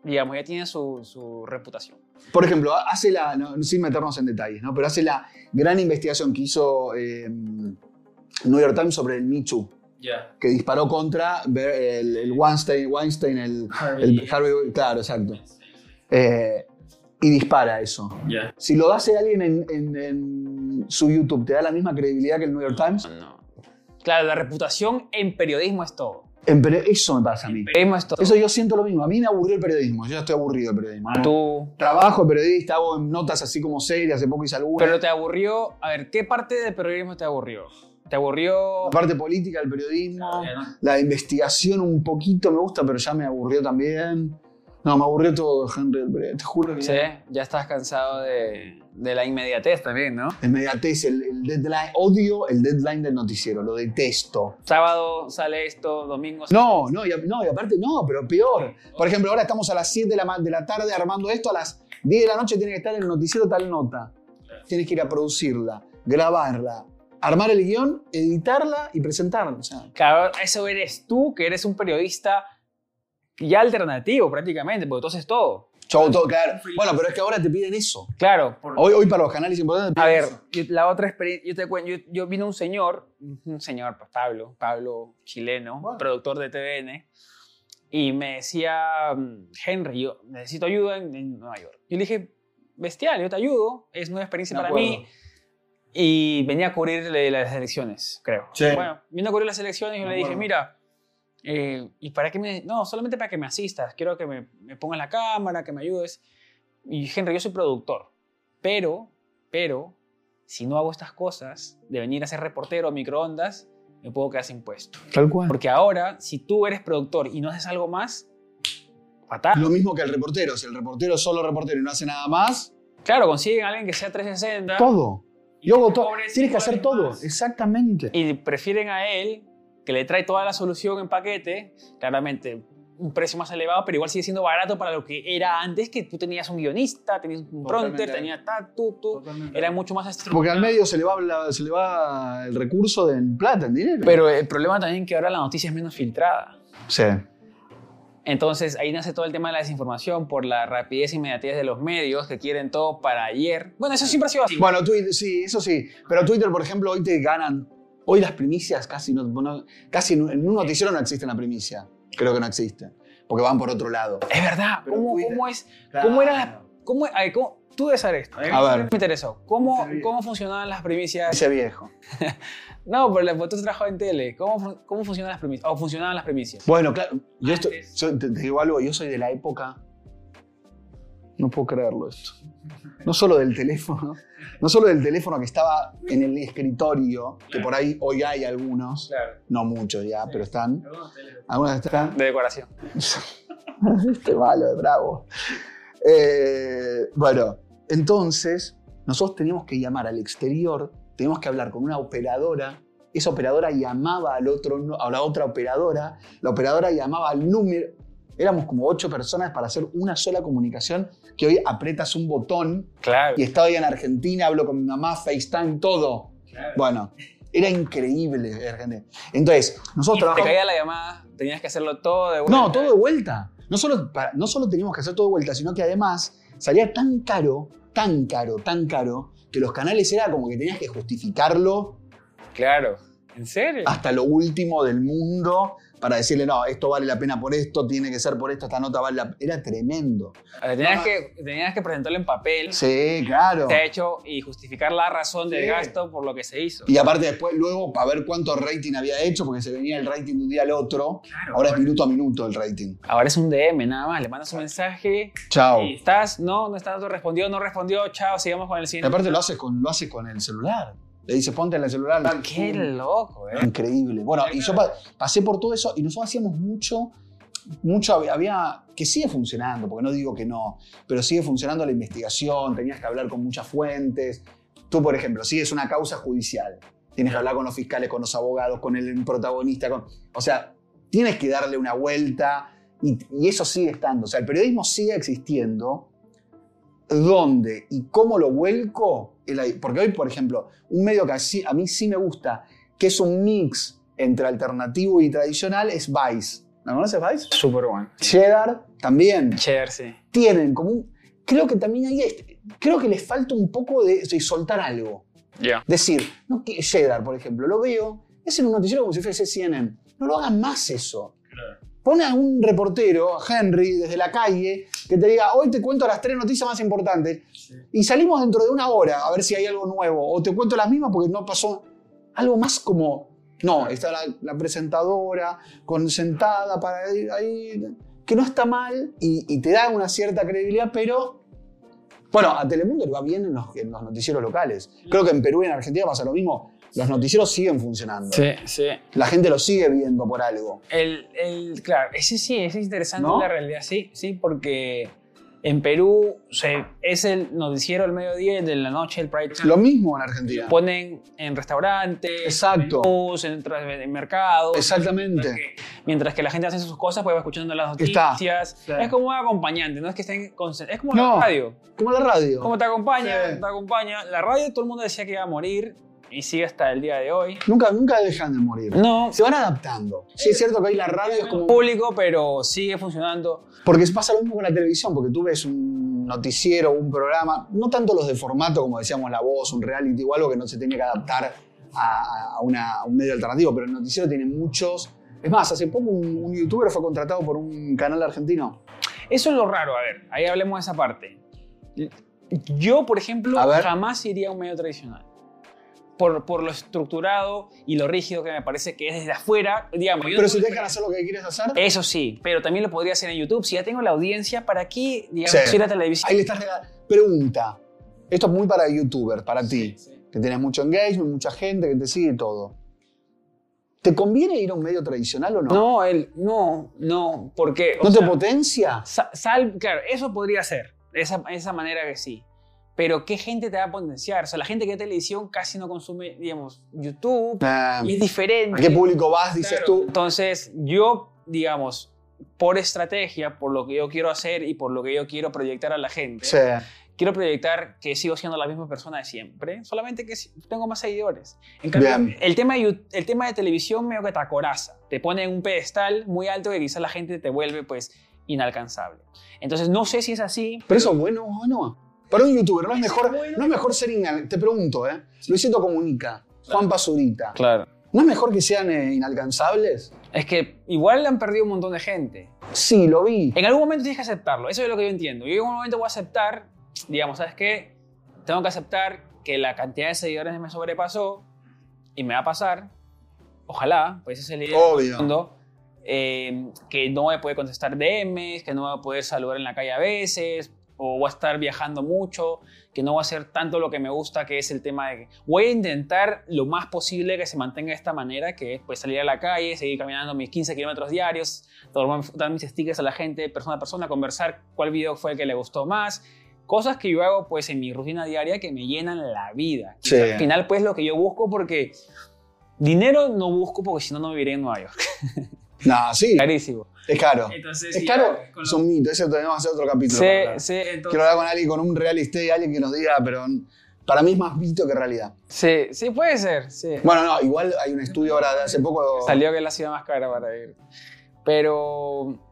Speaker 1: digamos, ya tiene su, su reputación.
Speaker 2: Por ejemplo, hace la, no, sin meternos en detalles, ¿no? pero hace la gran investigación que hizo eh, New York Times sobre el Me Too,
Speaker 1: Ya.
Speaker 2: que disparó contra Be- el, el Weinstein, Weinstein, el, el Harvey, claro, exacto. Eh, y dispara eso.
Speaker 1: Ya.
Speaker 2: Si lo hace alguien en, en- en su YouTube, ¿te da la misma credibilidad que el New York Times?
Speaker 1: No. Claro, la reputación en periodismo es todo.
Speaker 2: En peri- eso me pasa a mí.
Speaker 1: Periodismo es todo.
Speaker 2: Eso yo siento lo mismo. A mí me aburrió el periodismo. Yo ya estoy aburrido del periodismo.
Speaker 1: Tú...
Speaker 2: Trabajo de periodista, hago notas así como serias, hace poco hice alguna.
Speaker 1: Pero te aburrió... A ver, ¿qué parte del periodismo te aburrió? ¿Te aburrió...?
Speaker 2: La parte política del periodismo, la investigación un poquito me gusta, pero ya me aburrió también. No, me aburrió todo, Henry, el periodismo. te juro que
Speaker 1: Sí, ya estás cansado de, de la inmediatez también, ¿no?
Speaker 2: la inmediatez, el, el deadline, odio el deadline del noticiero, lo detesto.
Speaker 1: Sábado sale esto, domingo sale-
Speaker 2: No, no, y, a- no, y aparte no, pero peor. Por ejemplo, ahora estamos a las 7 de la, ma- de la tarde armando esto, a las 10 de la noche tiene que estar en el noticiero tal nota. Tienes que ir a producirla, grabarla, armar el guión, editarla y presentarla. O sea,
Speaker 1: Claro, eso eres tú, que eres un periodista ya alternativo prácticamente, porque tú haces todo.
Speaker 2: chau, todo, claro. Bueno, pero es que ahora te piden eso.
Speaker 1: Claro. por-
Speaker 2: Hoy, hoy para los canales importantes. te
Speaker 1: a
Speaker 2: piden
Speaker 1: ver,
Speaker 2: eso.
Speaker 1: yo- la otra experiencia, yo te cuento, yo, yo vino un señor, un señor, pues, Pablo, Pablo chileno,
Speaker 2: Bueno.
Speaker 1: productor de TVN, y me decía, mm, Henry, yo necesito ayuda en, en Nueva York. Yo le dije, bestial, yo te ayudo, es una experiencia
Speaker 2: De
Speaker 1: para
Speaker 2: acuerdo.
Speaker 1: mí. Y venía a cubrir le- las elecciones, creo.
Speaker 2: Sí.
Speaker 1: Bueno, vino a cubrir las elecciones y yo
Speaker 2: De
Speaker 1: le dije,
Speaker 2: acuerdo.
Speaker 1: mira, eh, ¿y para qué me...? No, solamente para que me asistas, quiero que me, me pongas la cámara, que me ayudes. Y Henry, yo soy productor, pero, pero, si no hago estas cosas, de venir a ser reportero a microondas, me puedo quedar sin puesto.
Speaker 2: Tal cual.
Speaker 1: Porque ahora, si tú eres productor y no haces algo más, fatal.
Speaker 2: Lo mismo que el reportero. Si el reportero es solo reportero y no hace nada más,
Speaker 1: Claro, consiguen a alguien que sea 360.
Speaker 2: todo.
Speaker 1: y
Speaker 2: Yo hago
Speaker 1: que
Speaker 2: todo.
Speaker 1: cobre cinco
Speaker 2: Tienes que hacer
Speaker 1: dólares
Speaker 2: todo.
Speaker 1: más.
Speaker 2: Exactamente.
Speaker 1: y prefieren a él, que le trae toda la solución en paquete, claramente un precio más elevado, pero igual sigue siendo barato para lo que era antes, que tú tenías un guionista, tenías un
Speaker 2: Totalmente.
Speaker 1: pronter, tenías ta, tu, tu, era mucho más
Speaker 2: Porque al
Speaker 1: estructurado.
Speaker 2: medio se le va, la- se le va el recurso en plata, en dinero.
Speaker 1: Pero el problema también es que ahora la noticia es menos filtrada.
Speaker 2: sí.
Speaker 1: Entonces ahí nace todo el tema de la desinformación por la rapidez e inmediatez de los medios que quieren todo para ayer. Bueno, eso siempre ha sido así.
Speaker 2: Bueno, Twitter, sí, eso sí. Pero Twitter, por ejemplo, hoy te ganan. Hoy las primicias casi no. no- casi en un- en un noticiero no existe la primicia. Creo que no existe. Porque van por otro lado.
Speaker 1: Es verdad.
Speaker 2: Pero
Speaker 1: ¿Cómo,
Speaker 2: Twitter-
Speaker 1: cómo es? ¿Cómo era? la- Cómo, a ver, cómo- tú debes saber esto.
Speaker 2: A ver.
Speaker 1: Me interesó. ¿Cómo,
Speaker 2: Está bien.
Speaker 1: ¿Cómo funcionaban las primicias?
Speaker 2: Ese viejo.
Speaker 1: No, pero la- tú has trabajado en tele. ¿Cómo, fun- cómo funcionan las primicias? ¿O funcionaban las primicias?
Speaker 2: Bueno, claro. Yo, estoy-
Speaker 1: Antes.
Speaker 2: yo te, te digo algo, yo soy de la época. No puedo creerlo esto. No solo del teléfono, no solo del teléfono que estaba en el escritorio, que por ahí hoy hay algunos,
Speaker 1: Claro.
Speaker 2: no muchos ya, pero están. Algunos están.
Speaker 1: De decoración.
Speaker 2: Este malo de bravo. Eh, bueno, entonces nosotros teníamos que llamar al exterior, teníamos que hablar con una operadora. Esa operadora llamaba al otro, nu- a la otra operadora, la operadora llamaba al número. Éramos como ocho personas para hacer una sola comunicación que hoy apretas un botón
Speaker 1: Claro.
Speaker 2: y estoy en Argentina, hablo con mi mamá, FaceTime, todo.
Speaker 1: Claro.
Speaker 2: Bueno, era increíble, Argentina. Entonces,
Speaker 1: Y
Speaker 2: nosotros
Speaker 1: Te
Speaker 2: trabajamos...
Speaker 1: caía la llamada, tenías que hacerlo todo de vuelta.
Speaker 2: No, todo de vuelta. No solo, para- no solo teníamos que hacer todo de vuelta, sino que además salía tan caro, tan caro, tan caro, que los canales era como que tenías que justificarlo
Speaker 1: Claro. ¿En serio?
Speaker 2: hasta lo último del mundo para decirle, no, esto vale la pena por esto, tiene que ser por esto, esta nota vale la Era tremendo.
Speaker 1: O sea, tenías,
Speaker 2: no.
Speaker 1: que, tenías que presentarlo en papel,
Speaker 2: Sí, claro.
Speaker 1: se ha hecho, y justificar la razón del
Speaker 2: Sí.
Speaker 1: gasto por lo que se hizo.
Speaker 2: Y aparte después, luego, para ver cuánto rating había hecho, porque se venía el rating de un día al otro. Ahora es minuto a minuto el rating.
Speaker 1: Ahora es un DM nada más, le mandas un mensaje.
Speaker 2: Chao.
Speaker 1: y ¿Estás? No, no estás, no respondió, no respondió, chao, sigamos con el
Speaker 2: Y
Speaker 1: siguiente.
Speaker 2: aparte lo haces con, lo haces con el celular. Le dices, ponte en el celular.
Speaker 1: Qué loco, eh.
Speaker 2: Increíble. Bueno, y yo pa- pasé por todo eso y nosotros hacíamos mucho, mucho, hab- había, que sigue funcionando, porque no digo que no, pero sigue funcionando la investigación, tenías que hablar con muchas fuentes. Tú, por ejemplo, sigues una causa judicial, tienes que hablar con los fiscales, con los abogados, con el protagonista, con, o sea, tienes que darle una vuelta y, y eso sigue estando. O sea, el periodismo sigue existiendo, dónde y cómo lo vuelco, es la- porque hoy, por ejemplo, un medio que así- a mí sí me gusta, que es un mix entre alternativo y tradicional, es Vice. ¿No conoces Vice?
Speaker 1: Súper bueno.
Speaker 2: Cheddar también.
Speaker 1: Cher, sí.
Speaker 2: Tienen como un... Creo que también ahí es- creo que les falta un poco de, de soltar algo.
Speaker 1: Ya.
Speaker 2: Decir, no, que Cheddar, por ejemplo, lo veo, es en un noticiero como si fuese CNN. No lo hagan más eso. Pone a un reportero, a Henry, desde la calle, que te diga, hoy te cuento las tres noticias más importantes y salimos dentro de una hora a ver si hay algo nuevo. O te cuento las mismas porque no pasó algo más como, no, está la, la presentadora consentada para ir ahí, que no está mal y, y te da una cierta credibilidad, pero... Bueno, a Telemundo le va bien en los, en los noticieros locales. Creo que en Perú y en Argentina pasa lo mismo. Los noticieros siguen funcionando.
Speaker 1: Sí, sí.
Speaker 2: La gente los sigue viendo por algo.
Speaker 1: El, el, claro, ese sí, ese es interesante
Speaker 2: ¿No?
Speaker 1: la realidad, sí, sí, porque en Perú se, es el noticiero al mediodía y de la noche, el Pride Time.
Speaker 2: Lo mismo en Argentina.
Speaker 1: ponen en restaurantes,
Speaker 2: Exacto.
Speaker 1: en menús, en, tra- en mercados. Mientras
Speaker 2: Exactamente.
Speaker 1: que, mientras que la gente hace sus cosas, pues va escuchando las
Speaker 2: Está.
Speaker 1: noticias.
Speaker 2: Sí.
Speaker 1: Es como un acompañante, no es que estén conce- Es como
Speaker 2: No.
Speaker 1: la radio.
Speaker 2: Como la radio.
Speaker 1: Como te acompaña,
Speaker 2: Sí.
Speaker 1: te acompaña. La radio todo el mundo decía que iba a morir y sigue hasta el día de hoy.
Speaker 2: Nunca, nunca dejan de morir.
Speaker 1: No,
Speaker 2: Se van adaptando. Sí, es cierto que hoy la radio es como...
Speaker 1: público, pero sigue funcionando.
Speaker 2: Porque pasa lo mismo con la televisión, porque tú ves un noticiero, un programa, no tanto los de formato, como decíamos, La Voz, un reality o algo que no se tiene que adaptar a, a una- a un medio alternativo, pero el noticiero tiene muchos... Es más, hace poco un, un youtuber fue contratado por un canal argentino.
Speaker 1: Eso es lo raro, a ver, ahí hablemos de esa parte. Yo, por ejemplo,
Speaker 2: A ver.
Speaker 1: jamás iría a un medio tradicional. Por, por lo estructurado y lo rígido que me parece que es desde afuera, digamos. yo
Speaker 2: Pero
Speaker 1: no Eh,
Speaker 2: si
Speaker 1: tengo
Speaker 2: te dejan hacer lo que quieres hacer,
Speaker 1: Eso sí, pero también lo podría hacer en YouTube. Si ya tengo la audiencia, ¿para qué, digamos,
Speaker 2: Sí.
Speaker 1: ir a televisión?
Speaker 2: ahí le estás regalando... Pregunta. Esto es muy para youtubers, para ti. que tenés mucho engagement, mucha gente que te sigue y todo. ¿Te conviene ir a un medio tradicional o no?
Speaker 1: No, él, no, no, porque... o
Speaker 2: ¿No te
Speaker 1: sea,
Speaker 2: potencia?
Speaker 1: sa- sal- claro, eso podría ser, esa, esa manera que sí. Pero ¿qué gente te va a potenciar? O sea, la gente que ve televisión casi no consume, digamos, YouTube, y es
Speaker 2: Eh, ¿A
Speaker 1: diferente.
Speaker 2: qué público vas, dices
Speaker 1: Claro.
Speaker 2: tú?
Speaker 1: Entonces, yo, digamos, por estrategia, por lo que yo quiero hacer y por lo que yo quiero proyectar a la gente,
Speaker 2: Sí.
Speaker 1: quiero proyectar que sigo siendo la misma persona de siempre, solamente que si- tengo más seguidores. En cambio,
Speaker 2: Bien.
Speaker 1: el tema, de, you- el tema de televisión medio que te acoraza, te pone en un pedestal muy alto que quizás la gente te vuelve pues inalcanzable. Entonces, no sé si es así.
Speaker 2: Pero eso es bueno o no. Para un youtuber, ¿no es
Speaker 1: Eso es
Speaker 2: mejor,
Speaker 1: bueno.
Speaker 2: no es mejor ser inal- Te pregunto, ¿eh? Luisito Comunica, Juan Pasurita.
Speaker 1: Claro.
Speaker 2: ¿No es mejor que sean eh, inalcanzables?
Speaker 1: Es que igual han perdido un montón de gente.
Speaker 2: Sí, lo vi.
Speaker 1: En algún momento tienes que aceptarlo, eso es lo que yo entiendo. Yo en algún momento voy a aceptar, digamos, ¿sabes qué? Tengo que aceptar que la cantidad de seguidores me sobrepasó y me va a pasar. Ojalá, pues ese es el ideal.
Speaker 2: Obvio.
Speaker 1: mundo, eh, que no me puede contestar DMs, que no me va a poder saludar en la calle a veces, o voy a estar viajando mucho, que no voy a hacer tanto lo que me gusta, que es el tema de que voy a intentar lo más posible que se mantenga de esta manera, que es pues, salir a la calle, seguir caminando mis 15 kilómetros diarios, tomar- dar mis stickers a la gente, persona a persona, conversar cuál video fue el que le gustó más. Cosas que yo hago pues en mi rutina diaria que me llenan la vida.
Speaker 2: Sí.
Speaker 1: Al final pues lo que yo busco porque dinero no busco porque si no no viviría en Nueva York.
Speaker 2: No, sí,
Speaker 1: Clarísimo.
Speaker 2: es caro.
Speaker 1: Entonces,
Speaker 2: Es caro, es un mito, eso tenemos que hacer otro capítulo. para hablar. Quiero hablar con alguien, con un realista y alguien que nos diga, pero para mí es más mito que realidad.
Speaker 1: sí, sí, puede ser. Sí.
Speaker 2: Bueno, no, igual hay un estudio ahora de hace poco.
Speaker 1: Salió que es la ciudad más cara para ir. Pero.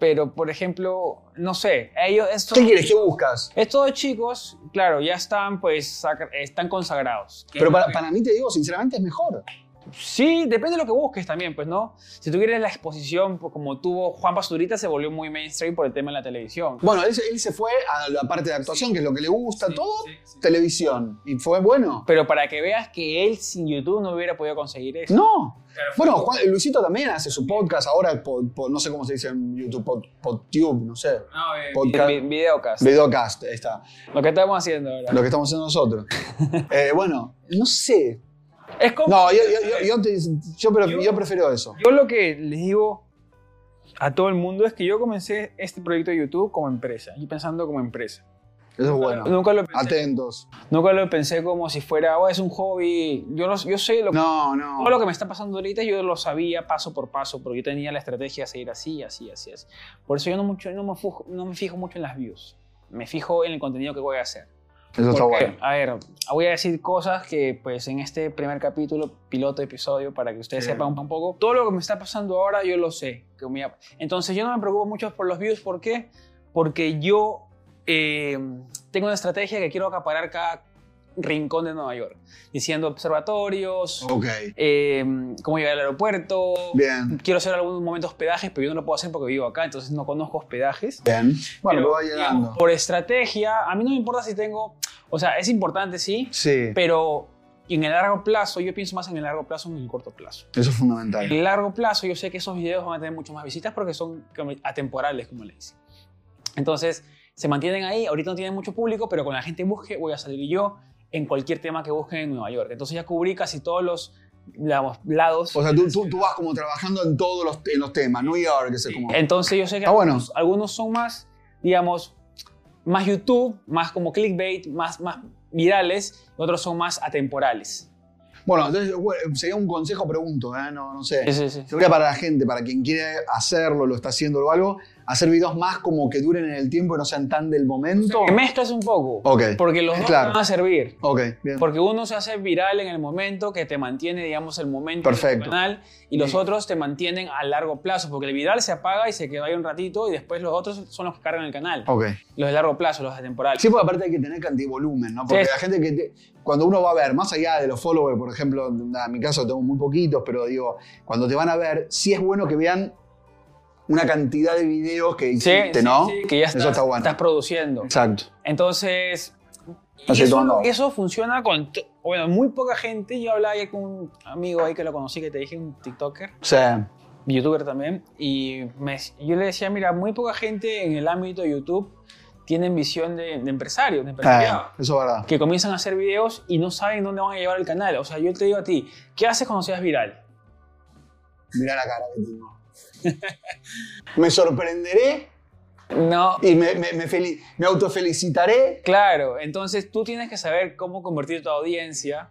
Speaker 1: Pero, por ejemplo, no sé. Ellos, estos,
Speaker 2: ¿Qué quieres? ¿Qué buscas?
Speaker 1: estos chicos, claro, ya están, pues, sacra- están consagrados.
Speaker 2: Pero para, para mí, te digo, sinceramente es mejor.
Speaker 1: Sí, depende de lo que busques también, pues, ¿no? Si tú quieres la exposición, pues, como tuvo Juan Pasurita, se volvió muy mainstream por el tema de la televisión.
Speaker 2: Bueno, él, se- él se fue a la parte de actuación, que es lo que le gusta, todo,
Speaker 1: sí, sí.
Speaker 2: televisión. ¿Y fue bueno?
Speaker 1: Pero para que veas que él sin YouTube no hubiera podido conseguir eso.
Speaker 2: No. Bueno, Juan- Luisito también hace su podcast ahora, po- po- no sé cómo se dice en YouTube, pod- PodTube, no sé.
Speaker 1: No, eh,
Speaker 2: Podcast.
Speaker 1: vi- videocast.
Speaker 2: Videocast, ahí está.
Speaker 1: Lo que estamos haciendo ahora.
Speaker 2: Lo que estamos haciendo nosotros. Eh, bueno, no sé.
Speaker 1: Es como.
Speaker 2: No, yo, yo, yo, yo te- yo pre- yo prefiero eso.
Speaker 1: Yo lo que les digo a todo el mundo es que yo comencé este proyecto de YouTube como empresa y pensando como empresa.
Speaker 2: Eso es bueno.
Speaker 1: Nunca lo pensé,
Speaker 2: Atentos.
Speaker 1: nunca lo pensé como si fuera, oh, es un hobby. Yo, no- yo sé lo que.
Speaker 2: No, no.
Speaker 1: Todo lo que me está pasando ahorita yo lo sabía paso por paso, pero yo tenía la estrategia de seguir así, así, así, así. Por eso yo no, mucho, no, me, fujo- no me fijo mucho en las views. me fijo en el contenido que voy a hacer.
Speaker 2: Eso está
Speaker 1: Porque,
Speaker 2: bueno.
Speaker 1: A ver, voy a decir cosas que pues en este primer capítulo, piloto episodio, para que ustedes
Speaker 2: Sí.
Speaker 1: sepan un, un poco, todo lo que me está pasando ahora yo lo sé. que me- Entonces yo no me preocupo mucho por los views, ¿por qué? Porque yo eh, tengo una estrategia que quiero acaparar cada rincón de Nueva York, diciendo observatorios,
Speaker 2: Ok,
Speaker 1: eh, cómo llegar al aeropuerto.
Speaker 2: Oh. bien,
Speaker 1: Quiero hacer algún momento hospedajes, pero yo no lo puedo hacer porque vivo acá, entonces no conozco hospedajes.
Speaker 2: bien.
Speaker 1: Pero,
Speaker 2: Bueno, lo va
Speaker 1: digamos,
Speaker 2: llegando.
Speaker 1: por estrategia, a mí no me importa si tengo, o sea, es importante, sí,
Speaker 2: Sí,
Speaker 1: pero en el largo plazo, yo pienso más en el largo plazo que en el corto plazo.
Speaker 2: eso es fundamental.
Speaker 1: En el largo plazo, yo sé que esos videos van a tener mucho más visitas porque son como atemporales, como le dicen. Entonces, se mantienen ahí, ahorita no tienen mucho público, pero con la gente busque, voy a salir yo en cualquier tema que busquen en Nueva York. Entonces ya cubrí casi todos los digamos, lados.
Speaker 2: O sea, tú, tú, tú vas como trabajando en todos los, en los temas, New York, que es como...
Speaker 1: Entonces yo sé que
Speaker 2: Está bueno.
Speaker 1: algunos, algunos son más, digamos, más YouTube, más como clickbait, más, más virales, y otros son más atemporales.
Speaker 2: Bueno, entonces bueno, sería un consejo, pregunto, ¿eh? no, no sé.
Speaker 1: Sí, sí, sí.
Speaker 2: Sería para la gente, para quien quiere hacerlo, lo está haciendo o algo, hacer videos más como que duren en el tiempo y no sean tan del momento.
Speaker 1: Que mezclas un poco,
Speaker 2: Ok,
Speaker 1: porque los dos
Speaker 2: claro.
Speaker 1: te van a servir.
Speaker 2: ok, bien.
Speaker 1: Porque uno se hace viral en el momento que te mantiene, digamos, el momento
Speaker 2: Perfecto.
Speaker 1: del canal y los
Speaker 2: Sí.
Speaker 1: otros te mantienen a largo plazo, porque el viral se apaga y se queda ahí un ratito y después los otros son los que cargan el canal.
Speaker 2: Ok.
Speaker 1: Los de largo plazo, los atemporales.
Speaker 2: Sí, porque aparte hay que tener cantidad y volumen, ¿no? Porque
Speaker 1: Sí.
Speaker 2: la gente que. te- cuando uno va a ver, más allá de los followers, por ejemplo, nada, en mi caso tengo muy poquitos, pero digo, cuando te van a ver, sí es bueno que vean una cantidad de videos que
Speaker 1: Sí,
Speaker 2: hiciste,
Speaker 1: sí,
Speaker 2: ¿no?
Speaker 1: sí, que ya
Speaker 2: Eso
Speaker 1: estás,
Speaker 2: está bueno.
Speaker 1: estás produciendo.
Speaker 2: Exacto.
Speaker 1: Entonces,
Speaker 2: Así
Speaker 1: eso,
Speaker 2: todo.
Speaker 1: eso funciona con, to- bueno, muy poca gente. Yo hablaba ayer con un amigo ahí que lo conocí, que te dije, un TikToker,
Speaker 2: O sea,
Speaker 1: youtuber también, y me- yo le decía, mira, muy poca gente en el ámbito de YouTube tienen visión de, de empresario, de empresariado.
Speaker 2: eh, eso es verdad.
Speaker 1: Que comienzan a hacer videos y no saben dónde van a llevar el canal. O sea, yo te digo a ti, ¿qué haces cuando seas viral?
Speaker 2: Mirá la cara que tengo. me sorprenderé
Speaker 1: No.
Speaker 2: y me, me, me, feli- me autofelicitaré.
Speaker 1: Claro, entonces tú tienes que saber cómo convertir tu audiencia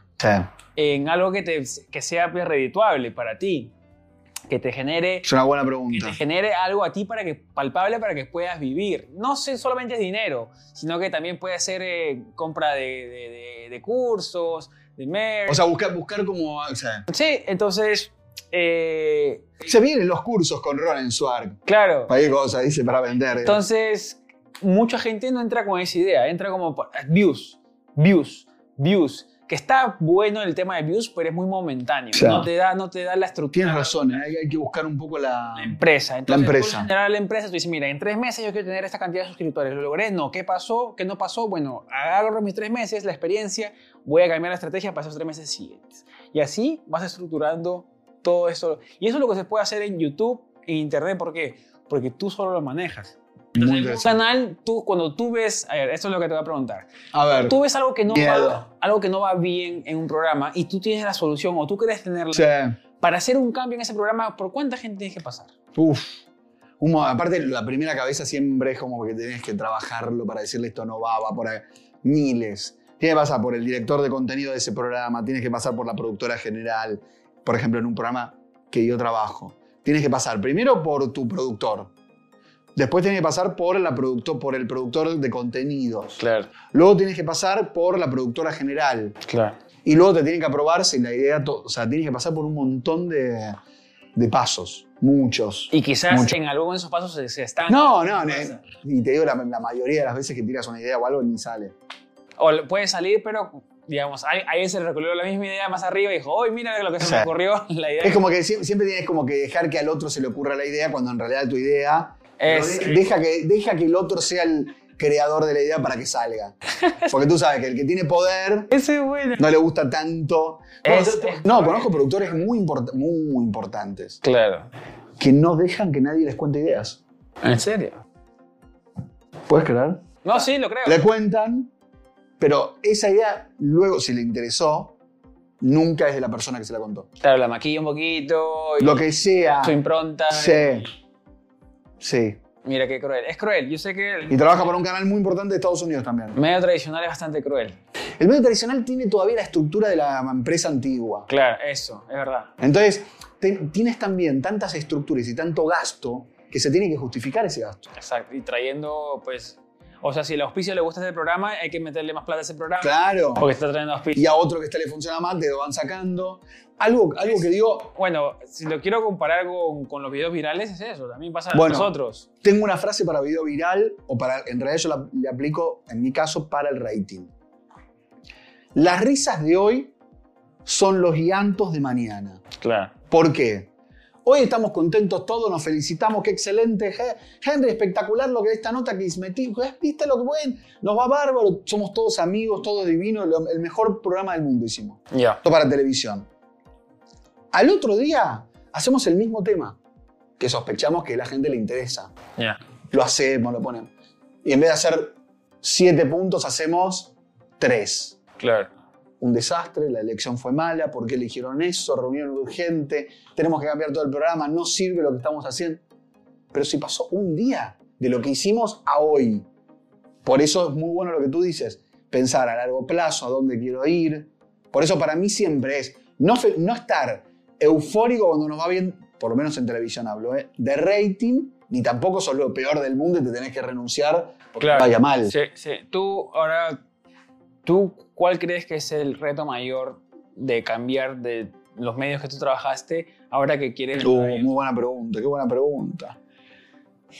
Speaker 1: en algo que, te, que sea pues, redituable para ti, que te genere
Speaker 2: Es una buena
Speaker 1: que
Speaker 2: pregunta.
Speaker 1: te genere algo a ti para que palpable para que puedas vivir. No sé, solamente es dinero, sino que también puede ser eh, compra de, de- de- de cursos, de merch.
Speaker 2: O sea, buscar, buscar como. O sea,
Speaker 1: sí, entonces, eh,
Speaker 2: se vienen los cursos con Ronen Suar.
Speaker 1: claro.
Speaker 2: Para qué cosa, dice, para vender.
Speaker 1: Entonces, mucha gente no entra con esa idea, entra como por- eh, views, views, views. Que está bueno el tema de views, pero es muy momentáneo.
Speaker 2: O sea,
Speaker 1: no, te da, no te da la estructura.
Speaker 2: Tienes razón, ¿eh? hay, hay que buscar un poco la.
Speaker 1: la empresa. Entonces,
Speaker 2: empresa.
Speaker 1: Tú generar a la empresa, tú dices, mira, en tres meses yo quiero tener esta cantidad de suscriptores. ¿Lo logré? No. ¿Qué pasó? ¿Qué no pasó? Bueno, agarro mis tres meses, la experiencia, voy a cambiar la estrategia para esos tres meses siguientes. Y así vas estructurando todo eso. Y eso es lo que se puede hacer en YouTube, en Internet. ¿Por qué? Porque tú solo lo manejas.
Speaker 2: Muy
Speaker 1: Un
Speaker 2: interesante.
Speaker 1: canal, tú, cuando tú ves, a ver, esto es lo que te voy a preguntar.
Speaker 2: A ver.
Speaker 1: Tú ves algo que no,
Speaker 2: Miedo.
Speaker 1: va, algo que no va bien en un programa y tú tienes la solución o tú quieres tenerla.
Speaker 2: Sí.
Speaker 1: Para hacer un cambio en ese programa, ¿por cuánta gente tienes que pasar?
Speaker 2: Uf. Un mo- aparte, la primera cabeza siempre es como que tenés que trabajarlo para decirle esto no va, va por ahí. miles. Tienes que pasar por el director de contenido de ese programa, tienes que pasar por la productora general, por ejemplo, en un programa que yo trabajo. Tienes que pasar primero por tu productor, después tienes que pasar por, la producto, por el productor de contenidos,
Speaker 1: Claro,
Speaker 2: luego tienes que pasar por la productora general,
Speaker 1: claro.
Speaker 2: y luego te tienen que aprobar si la idea, to- o sea, tienes que pasar por un montón de, de pasos, muchos.
Speaker 1: Y quizás
Speaker 2: Mucho.
Speaker 1: en alguno de esos pasos se, se estanca.
Speaker 2: No, no, no,
Speaker 1: pasa.
Speaker 2: y te digo, la, la mayoría de las veces que tiras una idea o algo ni sale.
Speaker 1: O le- puede salir, pero digamos, ahí ahí se le recorrió la misma idea más arriba y dijo, hoy mira lo que se me
Speaker 2: O sea,
Speaker 1: ocurrió, la idea.
Speaker 2: Es como que sie- siempre tienes como que dejar que al otro se le ocurra la idea cuando en realidad tu idea...
Speaker 1: Es-
Speaker 2: pero de- deja, que, deja que el otro sea el creador de la idea para que salga. Porque tú sabes que el que tiene poder
Speaker 1: Ese es bueno.
Speaker 2: no le gusta tanto. No,
Speaker 1: Es-
Speaker 2: yo te-
Speaker 1: es-
Speaker 2: no, conozco productores muy, import- muy importantes
Speaker 1: Claro.
Speaker 2: que no dejan que nadie les cuente ideas.
Speaker 1: ¿En serio?
Speaker 2: ¿Puedes creer?
Speaker 1: No, sí, lo creo.
Speaker 2: Le cuentan, pero esa idea luego, si le interesó, nunca es de la persona que se la contó.
Speaker 1: Claro, la maquilla un poquito, y
Speaker 2: Lo que sea.
Speaker 1: su impronta.
Speaker 2: Sí. Sí.
Speaker 1: Mira qué cruel. Es cruel, yo sé que
Speaker 2: Y
Speaker 1: el
Speaker 2: trabaja para un canal muy importante de Estados Unidos también.
Speaker 1: medio tradicional es bastante cruel.
Speaker 2: El medio tradicional tiene todavía la estructura de la empresa antigua.
Speaker 1: Claro, eso, es verdad.
Speaker 2: Entonces, te- tienes también tantas estructuras y tanto gasto que se tiene que justificar ese gasto.
Speaker 1: Exacto. Y trayendo, pues, O sea, si el auspicio le gusta este programa, hay que meterle más plata a ese programa.
Speaker 2: Claro.
Speaker 1: Porque está trayendo auspicio.
Speaker 2: Y a otro que este le funciona más, te lo van sacando. Algo, algo que digo,
Speaker 1: Bueno, si lo quiero comparar con, con los videos virales, es eso. También pasa a
Speaker 2: Bueno.
Speaker 1: nosotros.
Speaker 2: tengo una frase para video viral, o para, en realidad yo la, le aplico, en mi caso, para el rating. Las risas de hoy son los llantos de mañana.
Speaker 1: Claro.
Speaker 2: ¿Por qué? Hoy estamos contentos todos, nos felicitamos, qué excelente, He- Henry, espectacular lo que esta nota que metí, ¿ves? viste lo que buen, nos va bárbaro, somos todos amigos, todos divinos, lo- el mejor programa del mundo hicimos,
Speaker 1: Ya.
Speaker 2: esto para televisión. Al otro día hacemos el mismo tema, que sospechamos que a la gente le interesa,
Speaker 1: Ya.
Speaker 2: lo hacemos, lo ponemos. Y en vez de hacer siete puntos, hacemos tres
Speaker 1: Claro.
Speaker 2: un desastre, la elección fue mala, ¿por qué eligieron eso? Reunión urgente, tenemos que cambiar todo el programa, no sirve lo que estamos haciendo. Pero si pasó un día de lo que hicimos a hoy, por eso es muy bueno lo que tú dices, pensar a largo plazo, a dónde quiero ir. Por eso para mí siempre es no, fe- no estar eufórico cuando nos va bien, por lo menos en televisión hablo, ¿eh? de rating, ni tampoco sos lo peor del mundo y te tenés que renunciar porque
Speaker 1: Claro.
Speaker 2: vaya mal.
Speaker 1: Sí, sí. Tú, ahora, ¿tú cuál crees que es el reto mayor de cambiar de los medios que tú trabajaste ahora que quieres...
Speaker 2: Uh, muy buena pregunta, qué buena pregunta.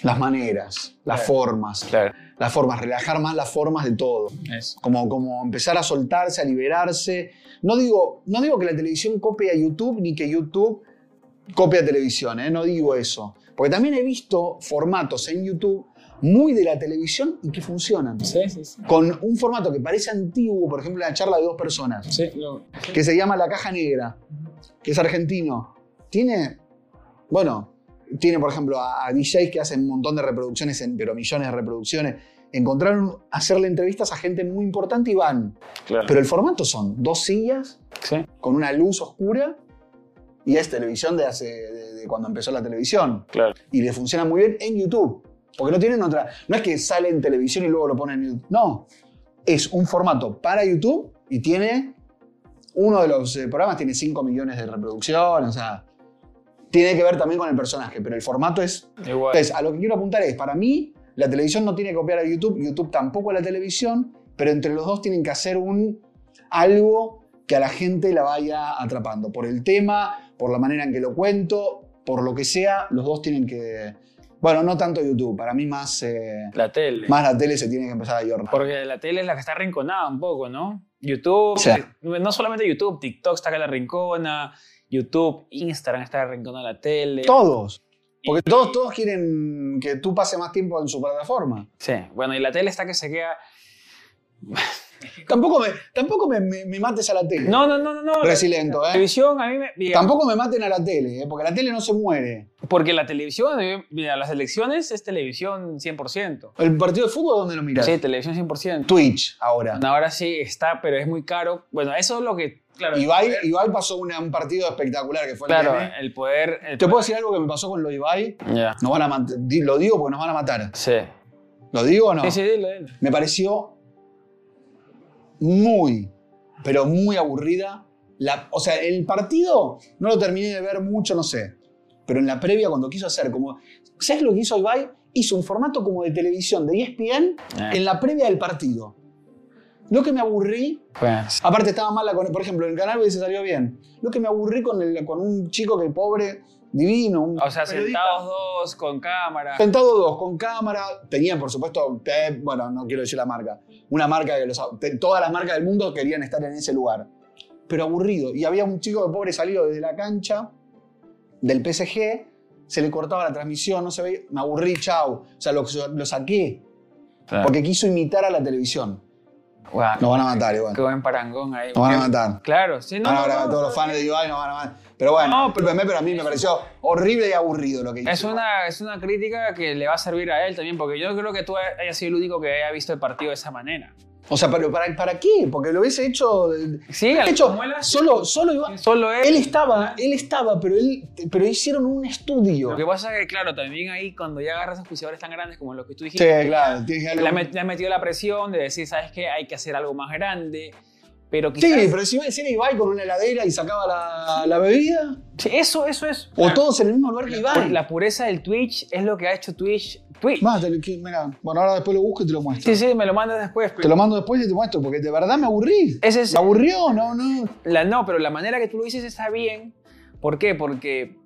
Speaker 2: Las maneras,
Speaker 1: Claro.
Speaker 2: las formas,
Speaker 1: Claro.
Speaker 2: las formas, relajar más las formas de todo.
Speaker 1: Eso.
Speaker 2: Como, como empezar a soltarse, a liberarse. No digo, no digo que la televisión copie a YouTube ni que YouTube copie a televisión, ¿eh? no digo eso. Porque también he visto formatos en YouTube muy de la televisión y que funcionan.
Speaker 1: Sí, sí, sí.
Speaker 2: Con un formato que parece antiguo, por ejemplo, la charla de dos personas
Speaker 1: Sí, lo-
Speaker 2: que se llama La Caja Negra, que es argentino. Tiene, bueno, tiene por ejemplo a, a DJs que hacen un montón de reproducciones, en- pero millones de reproducciones. Encontraron hacerle entrevistas a gente muy importante y van.
Speaker 1: claro.
Speaker 2: Pero el formato son dos sillas
Speaker 1: Sí.
Speaker 2: con una luz oscura y es televisión de, hace, de- de cuando empezó la televisión.
Speaker 1: Claro.
Speaker 2: Y le funciona muy bien en YouTube. Porque no tienen otra. No es que sale en televisión y luego lo ponen en YouTube. No. Es un formato para YouTube y tiene. Uno de los eh, programas tiene 5 millones de reproducción. O sea. Tiene que ver también con el personaje, pero el formato es.
Speaker 1: Igual.
Speaker 2: Entonces, a lo que quiero apuntar es: para mí, la televisión no tiene que copiar a YouTube, YouTube tampoco a la televisión, pero entre los dos tienen que hacer un. algo que a la gente la vaya atrapando. Por el tema, por la manera en que lo cuento, por lo que sea, los dos tienen que. Bueno, no tanto YouTube, para mí más. eh,
Speaker 1: La tele.
Speaker 2: más la tele se tiene que empezar a llorar.
Speaker 1: Porque la tele es la que está rinconada un poco, ¿no? YouTube, eh,
Speaker 2: Sí.
Speaker 1: no solamente YouTube, TikTok está acá la rincona, YouTube, Instagram está rinconada la tele.
Speaker 2: Todos. Porque todos, todos quieren que tú pases más tiempo en su plataforma.
Speaker 1: Sí, bueno, y la tele está que se queda...
Speaker 2: Tampoco me, tampoco me, me- me mates a la tele.
Speaker 1: No, no, no, no. no.
Speaker 2: Resiliento,
Speaker 1: La
Speaker 2: ¿eh?
Speaker 1: televisión a mí me... mira,
Speaker 2: Tampoco me maten a la tele, ¿eh? porque la tele no se muere.
Speaker 1: Porque la televisión, eh, mira, las elecciones es televisión 100%.
Speaker 2: ¿El partido de fútbol dónde lo miras?
Speaker 1: Sí, televisión 100%.
Speaker 2: Twitch ahora.
Speaker 1: Ahora sí está, pero es muy caro. Bueno, eso es lo que... Claro,
Speaker 2: Ibai, Ibai pasó una- un partido espectacular que fue el
Speaker 1: claro, eh.
Speaker 2: TN.
Speaker 1: el poder... el
Speaker 2: Te puedo decir algo que me pasó con lo Ibai.
Speaker 1: poder- Ya,
Speaker 2: Nos van a mat- di- lo digo porque nos van a matar.
Speaker 1: sí.
Speaker 2: ¿Lo digo o no?
Speaker 1: Sí, sí, dilo, dilo.
Speaker 2: Me pareció muy, pero muy aburrida. La, o sea, el partido no lo terminé de ver mucho, no sé. Pero en la previa, cuando quiso hacer como. ¿Sabes lo que hizo Ibai? Hizo un formato como de televisión de E ESPN
Speaker 1: Ah.
Speaker 2: en la previa del partido. Lo que me aburrí.
Speaker 1: Bueno,
Speaker 2: Aparte, estaba mala con. Por ejemplo, el canal se salió bien. Lo que me aburrí con, el- con un chico que pobre, divino. un
Speaker 1: O sea,
Speaker 2: periodista.
Speaker 1: sentados dos con cámara.
Speaker 2: Sentado dos, con cámara. Tenían, por supuesto, eh, bueno, no quiero decir la marca. Una marca que los, te- todas las marcas del mundo querían estar en ese lugar. Pero aburrido. Y había un chico de pobre salido desde la cancha del PSG. Se le cortaba la transmisión, no se veía. Me aburrí, chau. O sea, lo, lo saqué. Porque quiso imitar a la televisión.
Speaker 1: Guau,
Speaker 2: Nos van a matar, igual.
Speaker 1: Qué buen parangón ahí.
Speaker 2: Nos van a matar.
Speaker 1: Claro, sí, Eh, no.
Speaker 2: Ahora
Speaker 1: no, no,
Speaker 2: todos los fans de Ibai nos van a matar. Pero bueno,
Speaker 1: No, pero-
Speaker 2: pero, pero a mí me pareció horrible y aburrido lo que hizo.
Speaker 1: Es una, es una crítica que le va a servir a él también, porque yo creo que tú hayas sido el único que haya visto el partido de esa manera.
Speaker 2: O sea, pero ¿para, ¿para qué? Porque lo hubiese hecho. de-
Speaker 1: Sí,
Speaker 2: De hecho,
Speaker 1: como él hace,
Speaker 2: solo, solo iba-
Speaker 1: solo él.
Speaker 2: Él estaba, él estaba, pero, él, pero hicieron un estudio.
Speaker 1: Lo que pasa es que, claro, también ahí cuando ya agarras auspiciadores tan grandes como los que tú
Speaker 2: Sí,
Speaker 1: dijiste,
Speaker 2: claro, tienes que
Speaker 1: le,
Speaker 2: darle
Speaker 1: ha
Speaker 2: un-
Speaker 1: met- le ha metido la presión de decir, ¿sabes qué? Hay que hacer algo más grande. Pero quizás.
Speaker 2: Sí, pero si, si era Ibai con una heladera y sacaba la, la bebida,
Speaker 1: Sí, Eso, eso es.
Speaker 2: o todos en el mismo lugar que
Speaker 1: Porque
Speaker 2: Ibai.
Speaker 1: La pureza del Twitch es lo que ha hecho Twitch Twitch.
Speaker 2: Más, te lo- que- mirá, bueno, ahora después lo busco y te lo muestro.
Speaker 1: Sí, sí, me lo mandas después.
Speaker 2: Te lo mando después y te muestro, porque de verdad me aburrí.
Speaker 1: Ese es-
Speaker 2: Me aburrió, no, no.
Speaker 1: La, no, pero la manera que tú lo dices está bien. ¿Por qué? Porque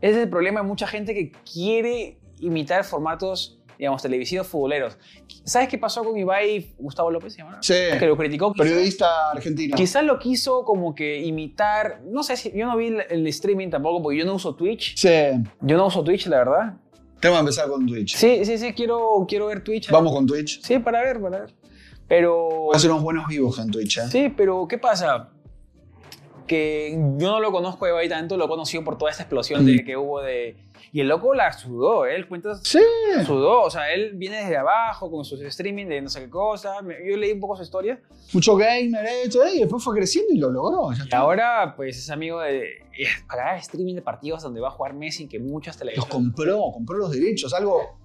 Speaker 1: ese es el problema de mucha gente que quiere imitar formatos, digamos, televisivos futboleros. ¿Sabes qué pasó con Ibai Gustavo López? ¿se llama?
Speaker 2: Sí.
Speaker 1: Que lo criticó. quizá-
Speaker 2: Periodista argentino.
Speaker 1: Quizás lo quiso como que imitar, no sé si yo no vi el- el streaming tampoco porque yo no uso Twitch.
Speaker 2: Sí.
Speaker 1: Yo no uso Twitch, la verdad.
Speaker 2: Tengo que empezar con Twitch.
Speaker 1: Sí, sí, sí, quiero, quiero ver Twitch.
Speaker 2: Vamos Pues con Twitch.
Speaker 1: Sí, para ver, para ver. Pero...
Speaker 2: Voy a hacer unos buenos vivos en Twitch, ¿eh?
Speaker 1: Sí, pero ¿qué pasa? Que yo no lo conozco de Ibai tanto, lo he conocido por toda esta explosión de, que hubo de... Y el loco la sudó, ¿eh? él cuenta
Speaker 2: Sí.
Speaker 1: sudó, o sea, él viene desde abajo con sus streaming de no sé qué cosa, me- yo leí un poco su historia.
Speaker 2: Mucho gamer, esto, eh, y después fue creciendo y lo logró. Ya
Speaker 1: Y
Speaker 2: está.
Speaker 1: ahora, pues, es amigo de... eh, Para streaming de partidos donde va a jugar Messi, que muchas
Speaker 2: Los
Speaker 1: televisiones...
Speaker 2: compró, compró los derechos, algo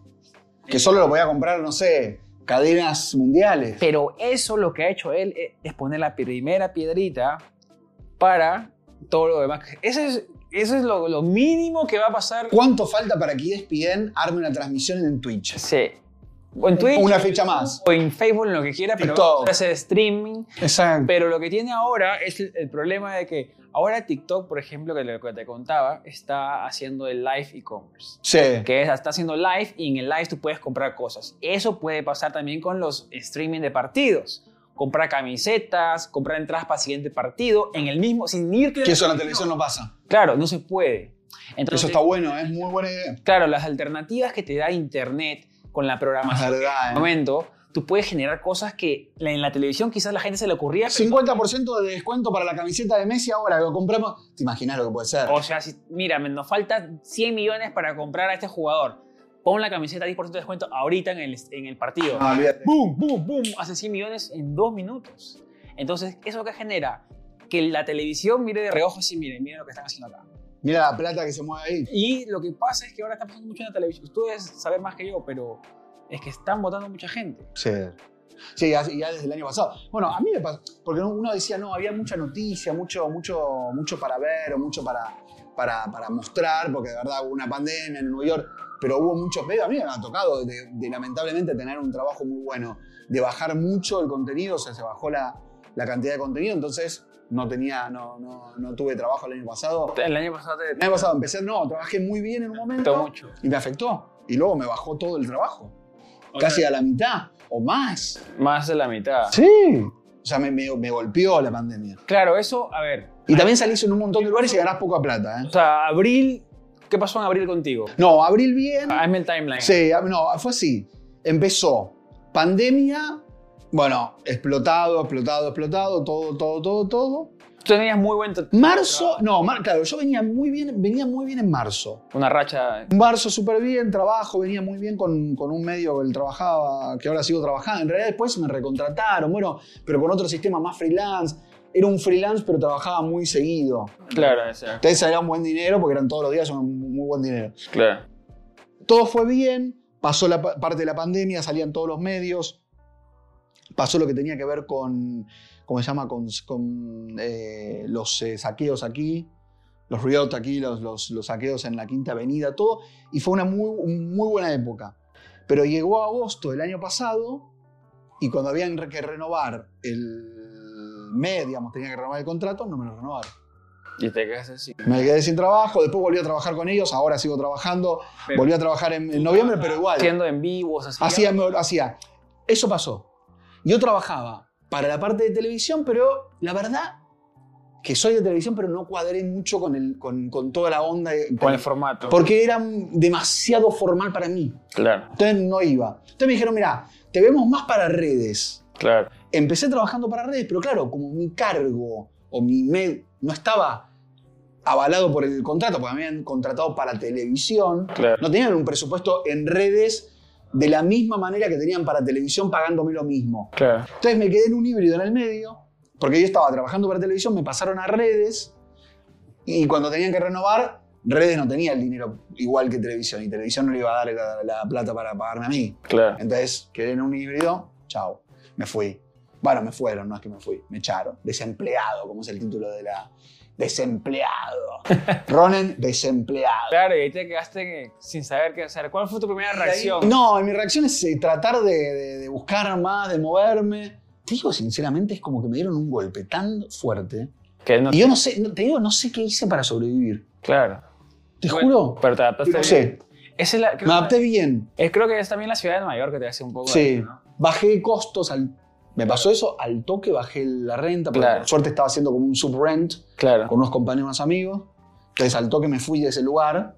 Speaker 2: que solo lo podía comprar, no sé, cadenas mundiales.
Speaker 1: Pero eso lo que ha hecho él e- es poner la primera piedrita para todo lo demás. Ese es, eso es lo, lo mínimo que va a pasar.
Speaker 2: ¿Cuánto falta para que E ESPN arme una transmisión en Twitch?
Speaker 1: Sí. O en Twitch.
Speaker 2: Una fecha más.
Speaker 1: O en Facebook, en lo que quiera, pero
Speaker 2: TikTok.
Speaker 1: va a hacer streaming.
Speaker 2: Exacto.
Speaker 1: Pero lo que tiene ahora es el, el problema de que ahora TikTok, por ejemplo, que lo que te contaba, está haciendo el live e-commerce.
Speaker 2: Sí.
Speaker 1: Que es, está haciendo live y en el live tú puedes comprar cosas. Eso puede pasar también con los streaming de partidos. Comprar camisetas, comprar entradas para el siguiente partido, en el mismo, sin irte. de
Speaker 2: Que eso en la televisión
Speaker 1: televisión.
Speaker 2: no pasa.
Speaker 1: Claro, no se puede. Entonces,
Speaker 2: Eso está bueno, es muy buena idea.
Speaker 1: claro, las alternativas que te da Internet con la programación
Speaker 2: Es verdad, ¿eh?
Speaker 1: momento, tú puedes generar cosas que la- en la televisión quizás la gente se le ocurría. pero-
Speaker 2: 50% de descuento para la camiseta de Messi ahora, lo compramos. ¿Te imaginas lo que puede ser?
Speaker 1: O sea, si, mira, me- nos faltan 100 millones para comprar a este jugador. Pon la camiseta 10% de descuento ahorita en el, en el partido.
Speaker 2: No, olvídate.
Speaker 1: ¡Bum, bum, bum! Hace 100 millones en dos minutos. Entonces, ¿eso que genera? Que la televisión mire de reojo así, miren, miren lo que están haciendo acá.
Speaker 2: Mira la plata que se mueve ahí.
Speaker 1: Y lo que pasa es que ahora está pasando mucho en la televisión. Ustedes saben más que yo, pero es que están votando mucha gente.
Speaker 2: Sí. Sí, ya, ya desde el año pasado. Bueno, a mí me pasó, porque uno decía, no, había mucha noticia, mucho, mucho, mucho para ver, o mucho para, para, para mostrar, porque de verdad hubo una pandemia en Nueva York, pero hubo muchos medios. A mí me ha tocado, de, de lamentablemente, tener un trabajo muy bueno, de bajar mucho el contenido, o sea, se bajó la, la cantidad de contenido, entonces no tenía, no, no, no tuve trabajo el año pasado.
Speaker 1: El año pasado
Speaker 2: El
Speaker 1: te
Speaker 2: año pasado empecé, no, trabajé muy bien en un momento
Speaker 1: afectó mucho.
Speaker 2: y me afectó, y luego me bajó todo el trabajo, casi a la mitad o más.
Speaker 1: Más de la mitad.
Speaker 2: Sí. O sea, me, me- me golpeó la pandemia.
Speaker 1: Claro, eso, a ver,
Speaker 2: Y también salís en un montón de lugares y ganás poca plata. ¿eh?
Speaker 1: O sea, abril, ¿qué pasó en abril contigo?
Speaker 2: No, abril bien.
Speaker 1: Hazme el timeline.
Speaker 2: Sí, ab- no, fue así. Empezó pandemia, bueno, explotado, explotado, explotado, todo, todo, todo, todo.
Speaker 1: Tú tenías muy buen... tra-
Speaker 2: Marzo, no, mar- claro, yo venía muy bien, venía muy bien en marzo.
Speaker 1: Una racha...
Speaker 2: Marzo súper bien, trabajo, venía muy bien con, con un medio que él trabajaba, que ahora sigo trabajando. En realidad después me recontrataron, bueno, pero con otro sistema más freelance. Era un freelance, pero trabajaba muy seguido.
Speaker 1: Claro, o sea,
Speaker 2: Entonces era un buen dinero, porque eran todos los días un muy buen dinero.
Speaker 1: claro.
Speaker 2: Todo fue bien, pasó la pa- parte de la pandemia, salían todos los medios, pasó lo que tenía que ver con, ¿cómo se llama? Con, con, eh, los eh, saqueos aquí, los riot aquí, los, los- los saqueos en la Quinta Avenida, todo, y fue una muy, un- muy buena época. Pero llegó agosto del año pasado y cuando habían re- que renovar el mes, digamos, tenía que renovar el contrato, no me lo renovaron.
Speaker 1: Y te quedas así.
Speaker 2: Me quedé sin trabajo, después volví a trabajar con ellos, ahora sigo trabajando.
Speaker 1: Pero-
Speaker 2: volví a trabajar en, en noviembre, pero igual.
Speaker 1: Haciendo en vivos, así.
Speaker 2: Hacía, me- hacía. Eso pasó. Yo trabajaba para la parte de televisión, pero la verdad que soy de televisión, pero no cuadré mucho con, el, con, con toda la onda. de-
Speaker 1: Con el formato.
Speaker 2: porque era demasiado formal para mí.
Speaker 1: Claro,
Speaker 2: Entonces no iba. Entonces me dijeron, mira, te vemos más para redes
Speaker 1: claro.
Speaker 2: empecé trabajando para redes, pero claro, como mi cargo o mi med no estaba avalado por el contrato, porque me habían contratado para televisión,
Speaker 1: Claro.
Speaker 2: no tenían un presupuesto en redes de la misma manera que tenían para televisión pagándome lo mismo.
Speaker 1: Claro.
Speaker 2: Entonces me quedé en un híbrido en el medio, porque yo estaba trabajando para televisión, me pasaron a redes y cuando tenían que renovar, redes no tenía el dinero igual que televisión y televisión no le iba a dar la- la plata para pagarme a mí.
Speaker 1: Claro.
Speaker 2: Entonces quedé en un híbrido, chao, me fui. Bueno, me fueron, no es que me fui, me echaron. Desempleado, como es el título de la, de desempleado. Ronen, desempleado.
Speaker 1: Claro, y ahí te quedaste sin saber qué hacer. ¿Cuál fue tu primera reacción?
Speaker 2: No, mi reacción es eh, tratar de, de- de buscar más, de moverme. Te digo sinceramente, es como que me dieron un golpe tan fuerte.
Speaker 1: Que no-
Speaker 2: Y yo no sé, no- te digo, no sé qué hice para sobrevivir.
Speaker 1: Claro.
Speaker 2: Te
Speaker 1: Bueno,
Speaker 2: juro.
Speaker 1: Pero te adaptaste
Speaker 2: No
Speaker 1: bien.
Speaker 2: sé,
Speaker 1: Esa es la, creo,
Speaker 2: me adapté bien.
Speaker 1: es- creo que es también la ciudad de Nueva York que te hace un poco de
Speaker 2: Sí,
Speaker 1: eso, ¿no?
Speaker 2: bajé costos. Al, me pasó eso, al toque bajé la renta. Porque
Speaker 1: Claro.
Speaker 2: por suerte estaba haciendo como un subrent
Speaker 1: Claro.
Speaker 2: con unos compañeros más amigos. Entonces al toque me fui de ese lugar.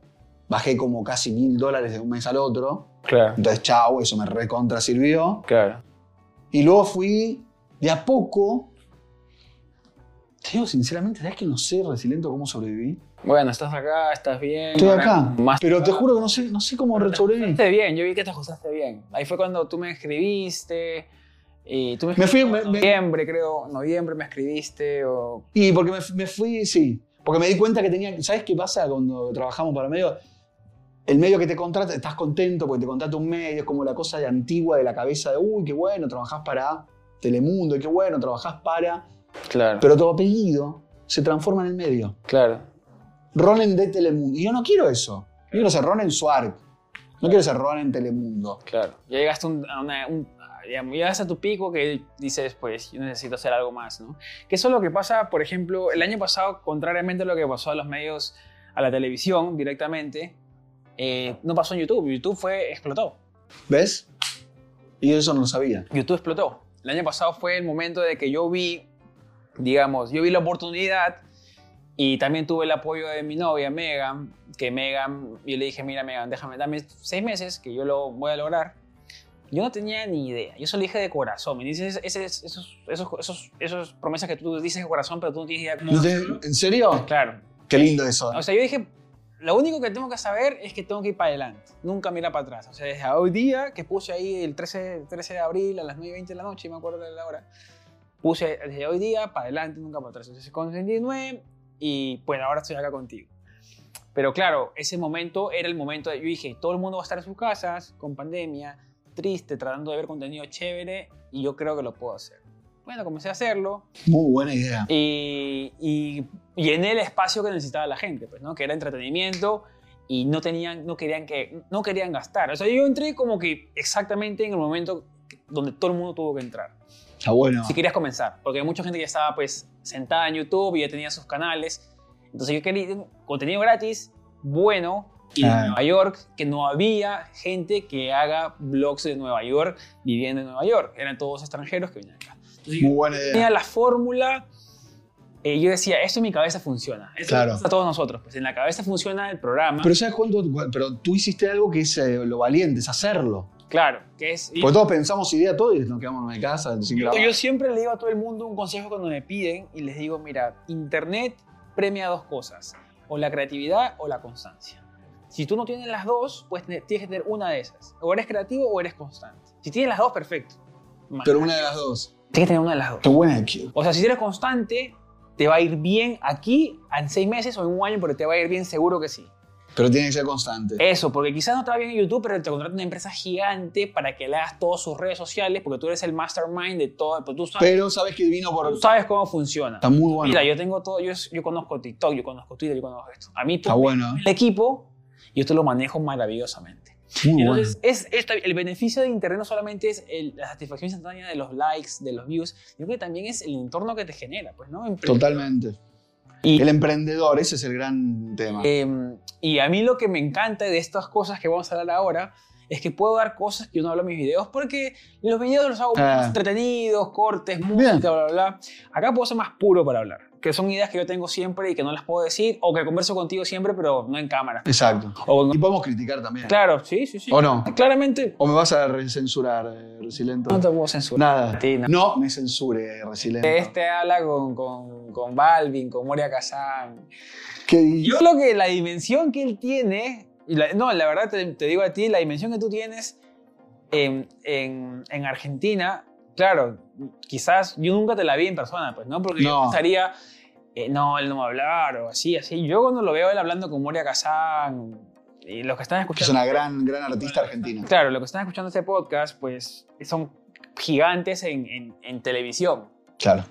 Speaker 2: Bajé como casi mil dólares de un mes al otro.
Speaker 1: Claro.
Speaker 2: Entonces, chau, eso me recontra sirvió.
Speaker 1: Claro.
Speaker 2: Y luego fui de a poco. Te digo sinceramente, ¿sabes que no sé, Resiliento, cómo sobreviví?
Speaker 1: Bueno, estás acá, estás bien.
Speaker 2: Estoy
Speaker 1: ahora
Speaker 2: acá.
Speaker 1: Más
Speaker 2: Pero te juro que no sé, no sé cómo re- sobreviví.
Speaker 1: ajustaste bien, yo vi que te ajustaste bien. Ahí fue cuando tú me escribiste. Y tú me,
Speaker 2: Me
Speaker 1: escribiste
Speaker 2: fui-
Speaker 1: en
Speaker 2: me- me-
Speaker 1: noviembre, creo. Noviembre me escribiste o...
Speaker 2: Y porque me, me fui, sí. Porque me di cuenta que tenía. ¿Sabes qué pasa cuando trabajamos para medio? El medio que te contrata, estás contento porque te contrata un medio, es como la cosa de antigua de la cabeza de, uy, qué bueno, trabajás para Telemundo, y qué bueno, trabajás para.
Speaker 1: Claro,
Speaker 2: Pero tu apellido se transforma en el medio.
Speaker 1: claro.
Speaker 2: Ronen de Telemundo. Y yo no quiero eso. Yo quiero ser Ronen Swark. No quiero ser Ronen Telemundo.
Speaker 1: Claro. Ya llegaste un- a, una- un- digamos, llegas a tu pico que dices, pues, yo necesito hacer algo más, ¿no? Que eso es lo que pasa, por ejemplo, el año pasado, contrariamente a lo que pasó a los medios, a la televisión directamente, eh, no pasó en YouTube. YouTube fue, explotó.
Speaker 2: ¿Ves? Y yo eso no lo sabía.
Speaker 1: YouTube explotó. El año pasado fue el momento de que yo vi, digamos, yo vi la oportunidad y también tuve el apoyo de mi novia, Megan, que Megan, yo le dije, mira, Megan, déjame, dame seis meses que yo lo voy a lograr. Yo no tenía ni idea, yo se lo dije de corazón. Me dices ese- esos, esos, esos- esas promesas que tú dices de corazón, pero tú no tienes idea cómo.
Speaker 2: ¿No te- ¿En serio? Ah,
Speaker 1: Claro.
Speaker 2: Qué lindo eso.
Speaker 1: O sea, yo dije, lo único que tengo que saber es que tengo que ir para adelante, nunca mirar para atrás. O sea, desde hoy día que puse ahí el 13, 13 de abril a las 9.20 de la noche, me acuerdo de la hora, puse desde hoy día para adelante, nunca para atrás. Entonces, con 69 y pues ahora estoy acá contigo. Pero claro, ese momento era el momento, de- yo dije, todo el mundo va a estar en sus casas, con pandemia, triste, tratando de ver contenido chévere, y yo creo que lo puedo hacer. Bueno, comencé a hacerlo,
Speaker 2: Muy buena idea.
Speaker 1: y, y llené el espacio que necesitaba la gente, pues, ¿no? Que era entretenimiento y no tenían, no querían que, no querían gastar. O sea, yo entré como que exactamente en el momento donde todo el mundo tuvo que entrar.
Speaker 2: Está bueno.
Speaker 1: Si querías comenzar, porque mucha gente ya estaba pues sentada en YouTube y ya tenía sus canales. Entonces yo quería contenido gratis, bueno, y de
Speaker 2: Claro.
Speaker 1: Nueva York, que no había gente que haga blogs de Nueva York viviendo en Nueva York. Eran todos extranjeros que venían acá. Entonces, yo-
Speaker 2: Muy buena idea.
Speaker 1: tenía la fórmula. eh, yo decía, esto en mi cabeza funciona. Esto
Speaker 2: Claro.
Speaker 1: a todos nosotros. Pues en la cabeza funciona el programa.
Speaker 2: Pero ¿sabes cuánto? Pero tú hiciste algo que es eh, lo valiente, es hacerlo.
Speaker 1: claro, que es. y-
Speaker 2: Porque todos pensamos idea todo y nos quedamos en casa sin
Speaker 1: yo,
Speaker 2: grabar.
Speaker 1: yo siempre le digo a todo el mundo un consejo cuando me piden y les digo, mira, Internet premia dos cosas: o la creatividad o la constancia. Si tú no tienes las dos, pues ne- tienes que tener una de esas. O eres creativo o eres constante. Si tienes las dos, perfecto. Ma-
Speaker 2: Pero una de las dos.
Speaker 1: Tienes que tener una de las dos.
Speaker 2: Qué buena que-
Speaker 1: O sea, si eres constante, te va a ir bien aquí, en seis meses o en un año, pero te va a ir bien seguro que sí.
Speaker 2: Pero tiene que ser constante.
Speaker 1: Eso, porque quizás no te va bien en YouTube, pero te contrata una empresa gigante para que le hagas todas sus redes sociales, porque tú eres el mastermind de todo. Pues tú, sabes,
Speaker 2: Pero sabes que vino por.
Speaker 1: tú sabes cómo funciona.
Speaker 2: Está muy bueno.
Speaker 1: Mira, yo tengo todo, yo, yo conozco TikTok, yo conozco Twitter, yo conozco esto. A mí, tú,
Speaker 2: Está bueno. ¿eh?
Speaker 1: el equipo, yo te lo manejo maravillosamente.
Speaker 2: Muy bueno.
Speaker 1: Entonces, es, es- el beneficio de Internet no solamente es el- la satisfacción instantánea de los likes, de los views, sino que también es el entorno que te genera, pues, ¿no? Empre-
Speaker 2: Totalmente.
Speaker 1: Y-
Speaker 2: El emprendedor, ese es el gran tema.
Speaker 1: Eh, y a mí lo que me encanta de estas cosas que vamos a hablar ahora es que puedo dar cosas que yo no hablo en mis videos porque los videos los hago
Speaker 2: Ah.
Speaker 1: más entretenidos, cortes, música,
Speaker 2: Bien.
Speaker 1: bla, bla, bla. Acá puedo ser más puro para hablar, que son ideas que yo tengo siempre y que no las puedo decir o que converso contigo siempre pero no en cámara.
Speaker 2: Exacto.
Speaker 1: O
Speaker 2: Y
Speaker 1: en-
Speaker 2: podemos criticar también.
Speaker 1: Claro, sí, sí, sí.
Speaker 2: ¿O no?
Speaker 1: Claramente
Speaker 2: ¿O me vas a re- censurar, eh, Resilento?
Speaker 1: no te puedo censurar.
Speaker 2: Nada.
Speaker 1: Sí, no.
Speaker 2: No me censure, Resilento.
Speaker 1: Este habla con, con, con Balvin, con Moria Kazan,
Speaker 2: ¿Qué di-
Speaker 1: Yo creo que la dimensión que él tiene, y la- no, la verdad te, te digo a ti, la dimensión que tú tienes en, en- en Argentina, claro, quizás yo nunca te la vi en persona, pues, ¿no? Porque yo
Speaker 2: No.
Speaker 1: pensaría, eh, no, él no va a hablar, o así, así. Yo cuando lo veo él hablando con Moria Kazan, y los que están
Speaker 2: Que es
Speaker 1: escuchando...
Speaker 2: una gran, gran artista argentina.
Speaker 1: Claro, los que están escuchando este podcast, pues, son gigantes en, en- en televisión.
Speaker 2: Claro.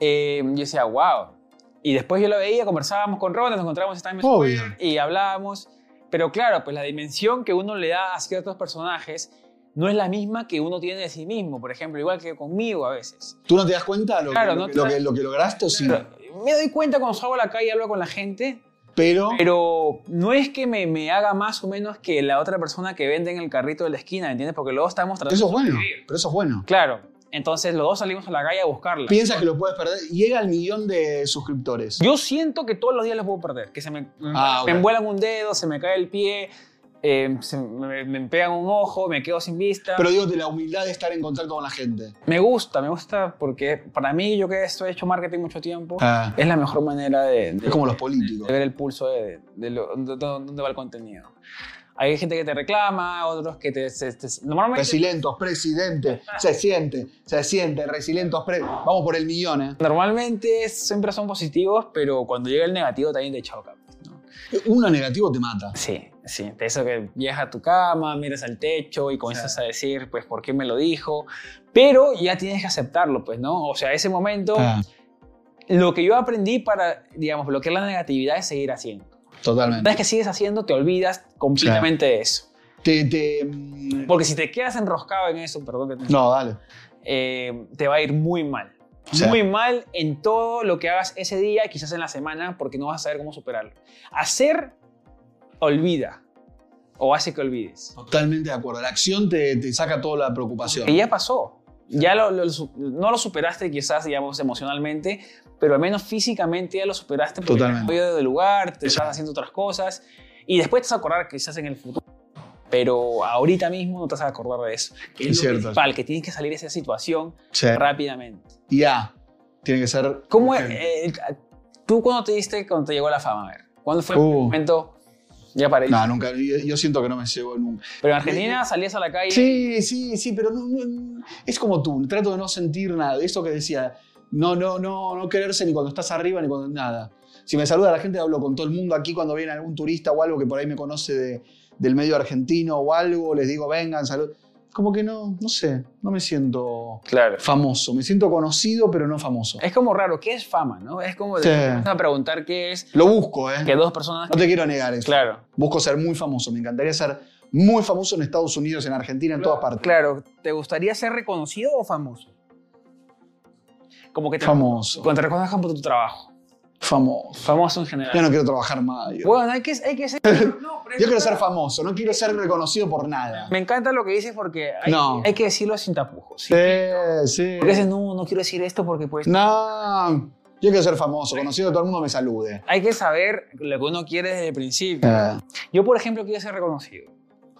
Speaker 1: Eh, yo decía, wow, Y después yo lo veía, conversábamos con Ron, nos encontramos en Times
Speaker 3: Obvio.
Speaker 1: Square y hablábamos. Pero claro, pues la dimensión que uno le da a ciertos personajes no es la misma que uno tiene de sí mismo, por ejemplo, igual que conmigo a veces.
Speaker 2: ¿Tú no te das cuenta lo,
Speaker 1: Claro,
Speaker 2: que,
Speaker 1: no
Speaker 2: lo,
Speaker 1: te
Speaker 2: que-
Speaker 1: das-
Speaker 2: lo que, lo que lograste o sí?
Speaker 1: Claro, me doy cuenta cuando salgo a la calle y hablo con la gente,
Speaker 2: Pero,
Speaker 1: pero no es que me, me haga más o menos que la otra persona que vende en el carrito de la esquina, ¿me entiendes? Porque los dos estamos tratando...
Speaker 2: eso es bueno.
Speaker 1: sobrevivir.
Speaker 2: Pero eso es bueno.
Speaker 1: Claro, entonces los dos salimos a la calle a buscarla.
Speaker 2: Piensas que lo puedes perder. Llega al millón de suscriptores.
Speaker 1: Yo siento que todos los días los puedo perder, que se me,
Speaker 2: Ah,
Speaker 1: me
Speaker 2: ok.
Speaker 1: envuelan un dedo, se me cae el pie, eh, se me, me pegan un ojo, me quedo sin vista.
Speaker 2: Pero digo, de la humildad de estar en contacto con la gente.
Speaker 1: me gusta, me gusta porque para mí, yo que esto he hecho marketing mucho tiempo,
Speaker 2: Ah.
Speaker 1: es la mejor manera de, de-
Speaker 2: es como los
Speaker 1: de
Speaker 2: políticos.
Speaker 1: ver el pulso de, de lo- de dónde va el contenido. Hay gente que te reclama, otros que te... se- te- normalmente
Speaker 2: Pues Resilentos, presidente, se siente, se siente, resilentos, pre- vamos por el millón, ¿eh?
Speaker 1: Normalmente siempre son positivos, pero cuando llega el negativo también te choca. pues, ¿no?
Speaker 2: Uno negativo te mata.
Speaker 1: Sí, sí, de eso que viajas a tu cama, miras al techo y comienzas
Speaker 2: Sí.
Speaker 1: a decir, pues, ¿por qué me lo dijo? Pero ya tienes que aceptarlo, pues, ¿no? O sea, ese momento,
Speaker 2: Ah,
Speaker 1: lo que yo aprendí para, digamos, bloquear la negatividad es seguir haciendo. Una
Speaker 2: totalmente.
Speaker 1: vez que sigues haciendo, te olvidas completamente de eso.
Speaker 2: Te, te, mm,
Speaker 1: Porque si te quedas enroscado en eso, perdón que te...
Speaker 2: No, dale.
Speaker 1: eh, te va a ir muy mal.
Speaker 2: O sea-
Speaker 1: Muy mal en todo lo que hagas ese día y quizás en la semana porque no vas a saber cómo superarlo. Hacer olvida o hace que olvides.
Speaker 2: Totalmente de acuerdo. La acción te, te saca toda la preocupación.
Speaker 1: Que ya pasó. Ya lo, lo su- no lo superaste quizás, digamos, emocionalmente, pero al menos físicamente ya lo superaste porque
Speaker 2: Totalmente.
Speaker 1: te has movido de lugar, te estás
Speaker 2: Exacto.
Speaker 1: haciendo otras cosas y después te vas a acordar quizás en el futuro. Pero ahorita mismo no te vas a acordar de eso. Que es,
Speaker 2: Es
Speaker 1: lo
Speaker 2: cierto.
Speaker 1: principal, que tienes que salir de esa situación
Speaker 2: Sí.
Speaker 1: rápidamente.
Speaker 2: Y A. Tiene que ser.
Speaker 1: ¿Cómo,
Speaker 2: urgente.
Speaker 1: eh, tú cuando te diste, cuando te llegó la fama? A ver, ¿cuándo fue el
Speaker 2: Uh.
Speaker 1: momento? Ya paré.
Speaker 2: No, nunca. Yo, yo siento que no me llevo nunca.
Speaker 1: Pero en Argentina salías a la calle.
Speaker 2: Sí, sí, sí, pero no, no- es como tú, trato de no sentir nada, esto que decía, no, no, no, no quererse ni cuando estás arriba ni cuando nada. Si me saluda la gente, hablo con todo el mundo aquí cuando viene algún turista o algo que por ahí me conoce de- del medio argentino o algo, les digo, vengan, salud. Como que no, no sé, no me siento
Speaker 1: Claro.
Speaker 2: famoso, me siento conocido pero no famoso.
Speaker 1: Es como raro, ¿qué es fama? ¿no? Es como
Speaker 2: Sí.
Speaker 1: de, te vas a preguntar qué es
Speaker 2: Lo busco, ¿eh?
Speaker 1: que dos personas...
Speaker 2: No te quiero negar eso.
Speaker 1: Claro,
Speaker 2: Busco ser muy famoso, me encantaría ser muy famoso en Estados Unidos, en Argentina, en todas partes.
Speaker 1: claro. ¿Te gustaría ser reconocido o famoso? Como que te,
Speaker 2: Famoso,
Speaker 1: cuando te reconozcan por tu trabajo.
Speaker 2: famoso.
Speaker 1: Famoso en
Speaker 2: Yo
Speaker 1: general.
Speaker 2: no quiero trabajar más. yo-
Speaker 1: Bueno, hay que, hay que ser... No, pero es
Speaker 2: Yo quiero ser
Speaker 1: verdad.
Speaker 2: famoso, no quiero ser reconocido por nada.
Speaker 1: Me encanta lo que dices porque hay,
Speaker 2: No.
Speaker 1: hay que decirlo sin tapujos. ¿sí?
Speaker 2: Sí, sí.
Speaker 1: Porque a veces no, no quiero decir esto porque pues...
Speaker 2: No, yo quiero ser famoso, conocido, todo el mundo me salude.
Speaker 1: Hay que saber lo que uno quiere desde el principio.
Speaker 2: Eh,
Speaker 1: Yo, por ejemplo, quiero ser reconocido.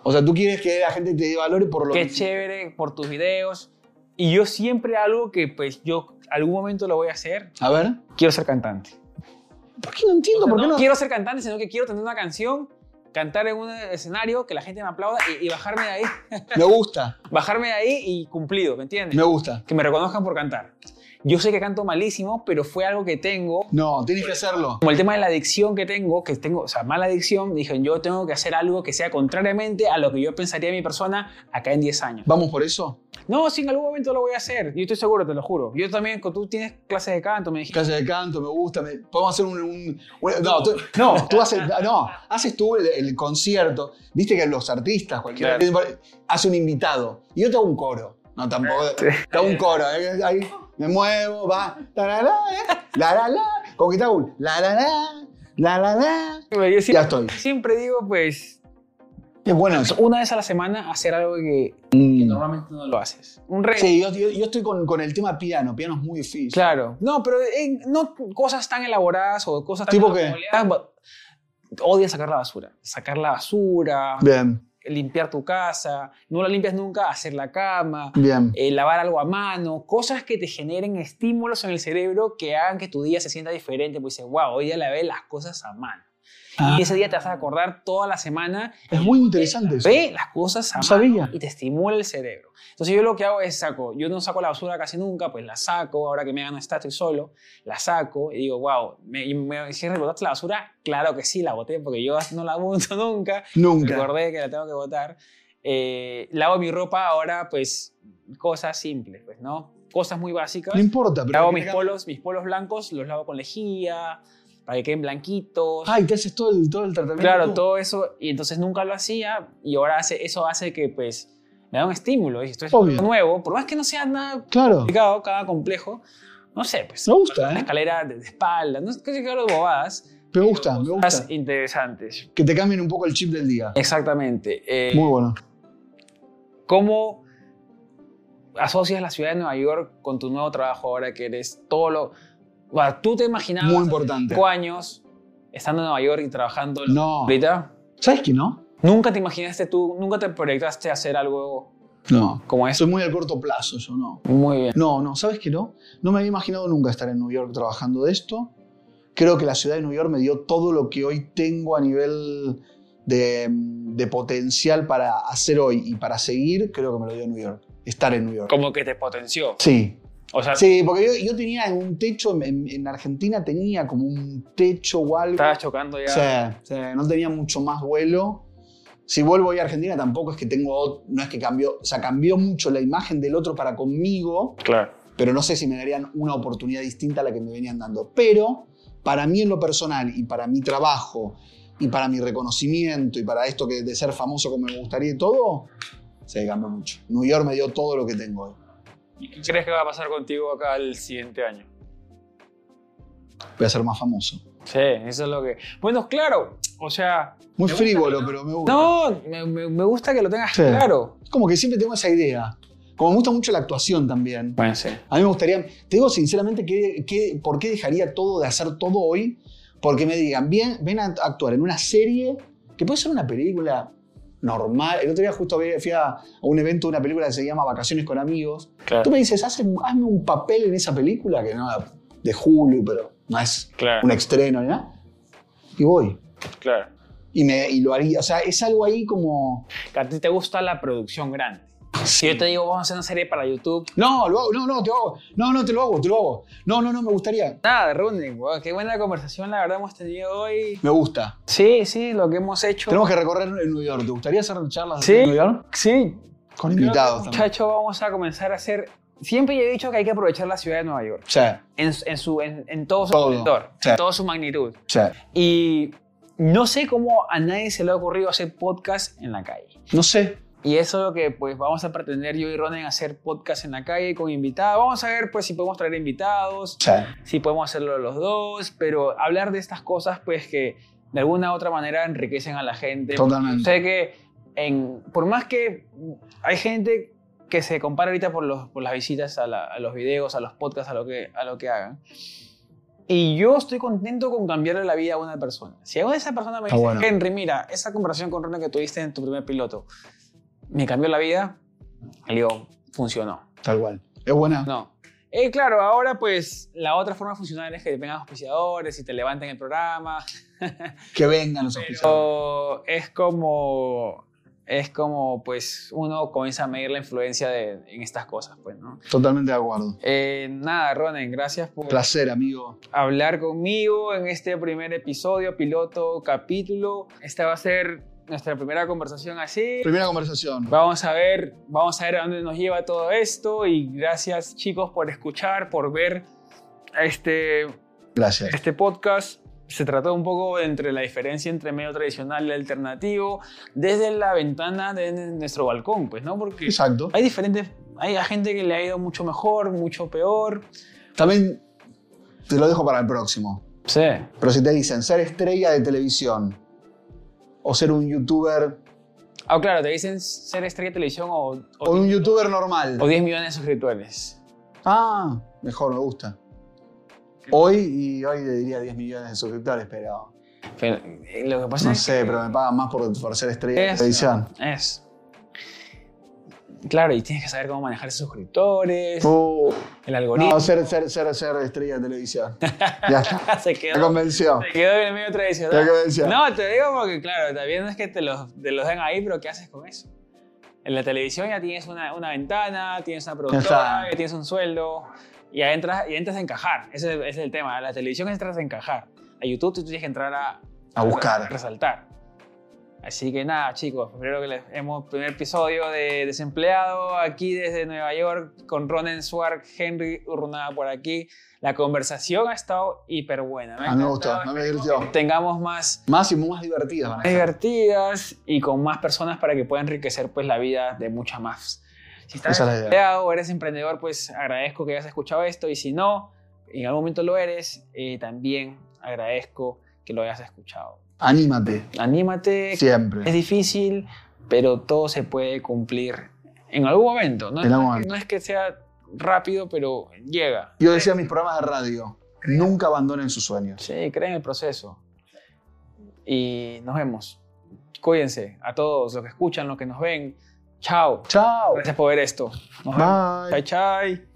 Speaker 2: O sea, tú quieres que la gente te dé valor por lo
Speaker 1: Qué
Speaker 2: que...
Speaker 1: chévere por tus videos. Y yo siempre algo que pues yo algún momento lo voy a hacer,
Speaker 2: A ver.
Speaker 1: quiero ser cantante.
Speaker 2: ¿Por qué no entiendo? ¿Por qué
Speaker 1: No
Speaker 2: no?
Speaker 1: quiero ser cantante, sino que quiero tener una canción, cantar en un escenario, que la gente me aplauda y, y bajarme de ahí,
Speaker 2: Me gusta,
Speaker 1: bajarme de ahí y cumplido, ¿me entiendes?
Speaker 2: me gusta.
Speaker 1: Que me reconozcan por cantar. Yo sé que canto malísimo, pero fue algo que tengo
Speaker 2: No, tienes que hacerlo.
Speaker 1: como el tema de la adicción que tengo, que tengo, o sea, mala adicción, dije, yo tengo que hacer algo que sea contrariamente a lo que yo pensaría de mi persona acá en 10 años.
Speaker 2: ¿Vamos por eso?
Speaker 1: No, sí, en algún momento lo voy a hacer, yo estoy seguro, te lo juro. Yo también, cuando tú tienes clases de canto, me dijiste,
Speaker 2: Clase de canto, me gusta. me- Podemos hacer un... un- un- No, tú, no, tú haces, no, haces tú el, el concierto. Viste que los artistas, cualquiera, hace un invitado. Y yo te hago un coro. No, tampoco. Te hago un coro. eh, ahí me muevo, va. La, la, la, eh, la, la, la. Como que te hago un la, la, la, la, la, la.
Speaker 1: yo siempre,
Speaker 2: Ya estoy.
Speaker 1: siempre digo, pues,
Speaker 2: Es bueno eso.
Speaker 1: una vez a la semana hacer algo que, que normalmente no lo haces. Un reto.
Speaker 2: Mm. Sí, yo, yo- yo estoy con, con el tema piano. Piano es muy difícil.
Speaker 1: Claro. No, pero en- no cosas tan elaboradas o cosas tan...
Speaker 2: ¿Tipo qué?
Speaker 1: elaboradas, Odia sacar la basura. Sacar la basura,
Speaker 2: Bien,
Speaker 1: limpiar tu casa, no la limpias nunca, hacer la cama,
Speaker 2: bien.
Speaker 1: eh, lavar algo a mano, cosas que te generen estímulos en el cerebro que hagan que tu día se sienta diferente, pues dices, wow, hoy ya lavé las cosas a mano.
Speaker 2: Ah.
Speaker 1: Y ese día te vas a acordar toda la semana,
Speaker 2: Es muy interesante eso.
Speaker 1: ve las cosas a
Speaker 2: No
Speaker 1: mano
Speaker 2: sabía.
Speaker 1: y te estimula el cerebro. Entonces yo lo que hago es saco, yo no saco la basura casi nunca, pues la saco, ahora que me gano esta estoy solo, la saco y digo, wow, me, y me dijeron, ¿botaste la basura? Claro que sí, la boté porque yo no la boto nunca
Speaker 2: Nunca.
Speaker 1: recordé que la tengo que votar. eh, lavo mi ropa ahora, pues cosas simples, pues, ¿no? Cosas muy básicas.
Speaker 2: No importa, pero.
Speaker 1: Lavo
Speaker 2: que
Speaker 1: mis
Speaker 2: tenga-
Speaker 1: polos, mis polos blancos, los lavo con lejía, para que queden blanquitos.
Speaker 2: Ay, te haces todo el, todo el tratamiento.
Speaker 1: Claro,
Speaker 2: tú.
Speaker 1: todo eso, y entonces nunca lo hacía, y ahora hace, eso hace que pues me da un estímulo, y esto es
Speaker 2: Obvio.
Speaker 1: nuevo, por más que no sea nada
Speaker 2: Claro.
Speaker 1: complicado, cada complejo, no sé, pues
Speaker 2: Me gusta,
Speaker 1: una
Speaker 2: ¿eh?
Speaker 1: escalera de, de espalda, no sé, qué sé yo, hablo de bobadas,
Speaker 2: Me gusta, me
Speaker 1: pero
Speaker 2: gusta.
Speaker 1: cosas interesantes.
Speaker 2: Que te cambien un poco el chip del día.
Speaker 1: Exactamente. Eh,
Speaker 2: Muy bueno.
Speaker 1: ¿Cómo asocias la ciudad de Nueva York con tu nuevo trabajo ahora que eres todo lo... Bueno, ¿Tú te imaginabas
Speaker 2: Muy
Speaker 1: hace
Speaker 2: importante.
Speaker 1: cinco años estando en Nueva York y trabajando en la
Speaker 2: No.
Speaker 1: ahorita?
Speaker 2: ¿Sabes que no?
Speaker 1: ¿Nunca te imaginaste tú, nunca te proyectaste a hacer algo
Speaker 2: No.
Speaker 1: como eso?
Speaker 2: Soy muy a corto plazo, yo no.
Speaker 1: Muy bien.
Speaker 2: No, no, ¿sabes que no? No me había imaginado nunca estar en New York trabajando de esto. Creo que la ciudad de New York me dio todo lo que hoy tengo a nivel de, de potencial para hacer hoy y para seguir, creo que me lo dio New York. Estar en New York.
Speaker 1: Como que te potenció.
Speaker 2: Sí,
Speaker 1: O sea,
Speaker 2: sí, porque yo, yo tenía un techo, en- en, en Argentina tenía como un techo o algo.
Speaker 1: estabas chocando ya.
Speaker 2: Sí, sí, no tenía mucho más vuelo. Si vuelvo hoy a Argentina tampoco es que tengo, ot- no es que cambió, o sea, cambió mucho la imagen del otro para conmigo,
Speaker 1: Claro.
Speaker 2: pero no sé si me darían una oportunidad distinta a la que me venían dando. Pero para mí en lo personal y para mi trabajo y para mi reconocimiento y para esto que de ser famoso como me gustaría y todo, se cambió mucho. New York me dio todo lo que tengo hoy.
Speaker 1: ¿Y qué crees que va a pasar contigo acá el siguiente año?
Speaker 2: Voy a ser más famoso.
Speaker 1: Sí, eso es lo que... Bueno, claro, o sea...
Speaker 2: Muy
Speaker 1: Me gusta,
Speaker 2: frívolo,
Speaker 1: ¿no?
Speaker 2: pero me gusta.
Speaker 1: No, me, me- me gusta que lo tengas
Speaker 2: Sí.
Speaker 1: claro.
Speaker 2: Como que siempre tengo esa idea. Como me gusta mucho la actuación también.
Speaker 1: Bueno, sí.
Speaker 2: A mí me gustaría, te digo sinceramente, que, que- ¿por qué dejaría todo de hacer todo hoy? Porque me digan, bien, ven a actuar en una serie, que puede ser una película normal. El otro día justo vi- fui a, a un evento de una película que se llama Vacaciones con Amigos.
Speaker 1: Claro.
Speaker 2: Tú me dices, "Haz- hazme un papel en esa película, que no, de Hulu, pero no es
Speaker 1: Claro,
Speaker 2: un estreno, ni nada. Y voy.
Speaker 1: claro.
Speaker 2: Y, me, y lo haría. O sea, es algo ahí como...
Speaker 1: Que a ti te gusta la producción grande. Si yo te digo, vamos a hacer una serie para YouTube.
Speaker 2: No, lo hago, no, no, te lo hago. No, no, te lo hago, te lo hago. No, no, no, me gustaría.
Speaker 1: Nada, Running, wow, qué buena conversación la verdad hemos tenido hoy.
Speaker 2: Me gusta.
Speaker 1: Sí, sí, lo que hemos hecho.
Speaker 2: Tenemos que recorrer en New York. ¿Te gustaría hacer charlas
Speaker 1: Sí.
Speaker 2: en New York?
Speaker 1: Sí,
Speaker 2: Con invitados también.
Speaker 1: muchachos, vamos a comenzar a hacer... Siempre he dicho que hay que aprovechar la ciudad de Nueva York.
Speaker 2: Sí,
Speaker 1: En, en su, en, en todo su
Speaker 2: Todo,
Speaker 1: esplendor,
Speaker 2: sí.
Speaker 1: en toda su magnitud.
Speaker 2: sí.
Speaker 1: Y no sé cómo a nadie se le ha ocurrido hacer podcast en la calle.
Speaker 2: No sé.
Speaker 1: Y eso es lo que pues vamos a pretender yo y Ronen hacer podcast en la calle con invitados. Vamos a ver pues si podemos traer invitados,
Speaker 2: Sí.
Speaker 1: si podemos hacerlo los dos, pero hablar de estas cosas pues que de alguna u otra manera enriquecen a la gente.
Speaker 2: Totalmente.
Speaker 1: Sé que en, por más que hay gente que se compara ahorita por, los, por las visitas a, la- a los videos, a los podcasts, a lo, que, a lo que hagan. Y yo estoy contento con cambiarle la vida a una persona. Si a esa persona me
Speaker 2: Está
Speaker 1: dice,
Speaker 2: bueno.
Speaker 1: Henry, mira, esa conversación con Ronald que tuviste en tu primer piloto, me cambió la vida, le digo, funcionó.
Speaker 2: Tal cual. Es buena.
Speaker 1: No. Eh, claro, ahora pues la otra forma de funcionar es que te vengan auspiciadores y te levanten el programa.
Speaker 2: Que vengan los auspiciadores.
Speaker 1: Pero es como, es como pues uno comienza a medir la influencia de, en estas cosas, pues, ¿no?
Speaker 2: Totalmente de acuerdo.
Speaker 1: Eh, nada, Ronen, gracias por
Speaker 2: Placer, amigo.
Speaker 1: hablar conmigo en este primer episodio, piloto, capítulo. Esta va a ser nuestra primera conversación así.
Speaker 2: Primera conversación.
Speaker 1: Vamos a ver, vamos a ver a dónde nos lleva todo esto y gracias chicos por escuchar, por ver este
Speaker 2: Gracias.
Speaker 1: este podcast se trató un poco entre la diferencia entre medio tradicional y alternativo desde la ventana de nuestro balcón, pues, ¿no? Porque
Speaker 2: Exacto.
Speaker 1: hay diferentes, hay gente que le ha ido mucho mejor, mucho peor.
Speaker 2: También te lo dejo para el próximo.
Speaker 1: Sí.
Speaker 2: Pero si te dicen ser estrella de televisión o ser un youtuber
Speaker 1: Ah, claro, te dicen ser estrella de televisión o,
Speaker 2: o
Speaker 1: o,
Speaker 2: un youtuber normal.
Speaker 1: o 10 millones de suscriptores.
Speaker 2: Ah, mejor, me gusta. Hoy y hoy le diría 10 millones de suscriptores, pero
Speaker 1: Pero, eh, lo que pasa
Speaker 2: no
Speaker 1: es
Speaker 2: sé,
Speaker 1: que
Speaker 2: pero me pagan más por, por ser estrella de
Speaker 1: Eso.
Speaker 2: televisión.
Speaker 1: es claro y tienes que saber cómo manejar suscriptores,
Speaker 2: Uh,
Speaker 1: el algoritmo.
Speaker 2: no, ser, ser, ser, ser estrella de televisión. Ya está.
Speaker 1: se
Speaker 2: Me
Speaker 1: quedó.
Speaker 2: convenció.
Speaker 1: Te quedó en el medio tradicional.
Speaker 2: Te quedó decía.
Speaker 1: No, te digo porque, claro, también no es que te los, te los den ahí, pero ¿qué haces con eso? En la televisión ya tienes una, una ventana, tienes una productora,
Speaker 2: Exacto.
Speaker 1: ya tienes un sueldo, y ya entras, y entras a encajar. Ese es el- ese es el tema. A la televisión entras a encajar. A YouTube tú tienes que entrar a,
Speaker 2: A buscar.
Speaker 1: resaltar. Así que nada, chicos, espero que les hemos primer episodio de Desempleado aquí desde Nueva York con Ronen Suar, Henry Urrunada por aquí. La conversación ha estado hiper buena. ha
Speaker 2: A mí me gustó,
Speaker 1: encantado.
Speaker 2: no me divirtió.
Speaker 1: Tengamos más
Speaker 2: Más y más divertidas van a estar.
Speaker 1: divertidas y con más personas para que puedan enriquecer pues la vida de muchas más. Si estás
Speaker 2: Esa es la idea.
Speaker 1: empleado o eres emprendedor, pues agradezco que hayas escuchado esto y si no, en algún momento lo eres, eh, también agradezco que lo hayas escuchado.
Speaker 2: Anímate,
Speaker 1: Anímate, es
Speaker 2: siempre.
Speaker 1: difícil, pero todo se puede cumplir en algún momento. No,
Speaker 2: En
Speaker 1: no es, que-
Speaker 2: algún momento.
Speaker 1: no es que sea rápido, pero llega.
Speaker 2: Yo decía en mis programas de radio, nunca abandonen sus sueños.
Speaker 1: Sí, creen el proceso. Y nos vemos. Cuídense a todos los que escuchan, los que nos ven. Chao.
Speaker 2: Chao.
Speaker 1: Gracias por ver esto. Nos vemos.
Speaker 2: Bye.
Speaker 1: Chai, chai.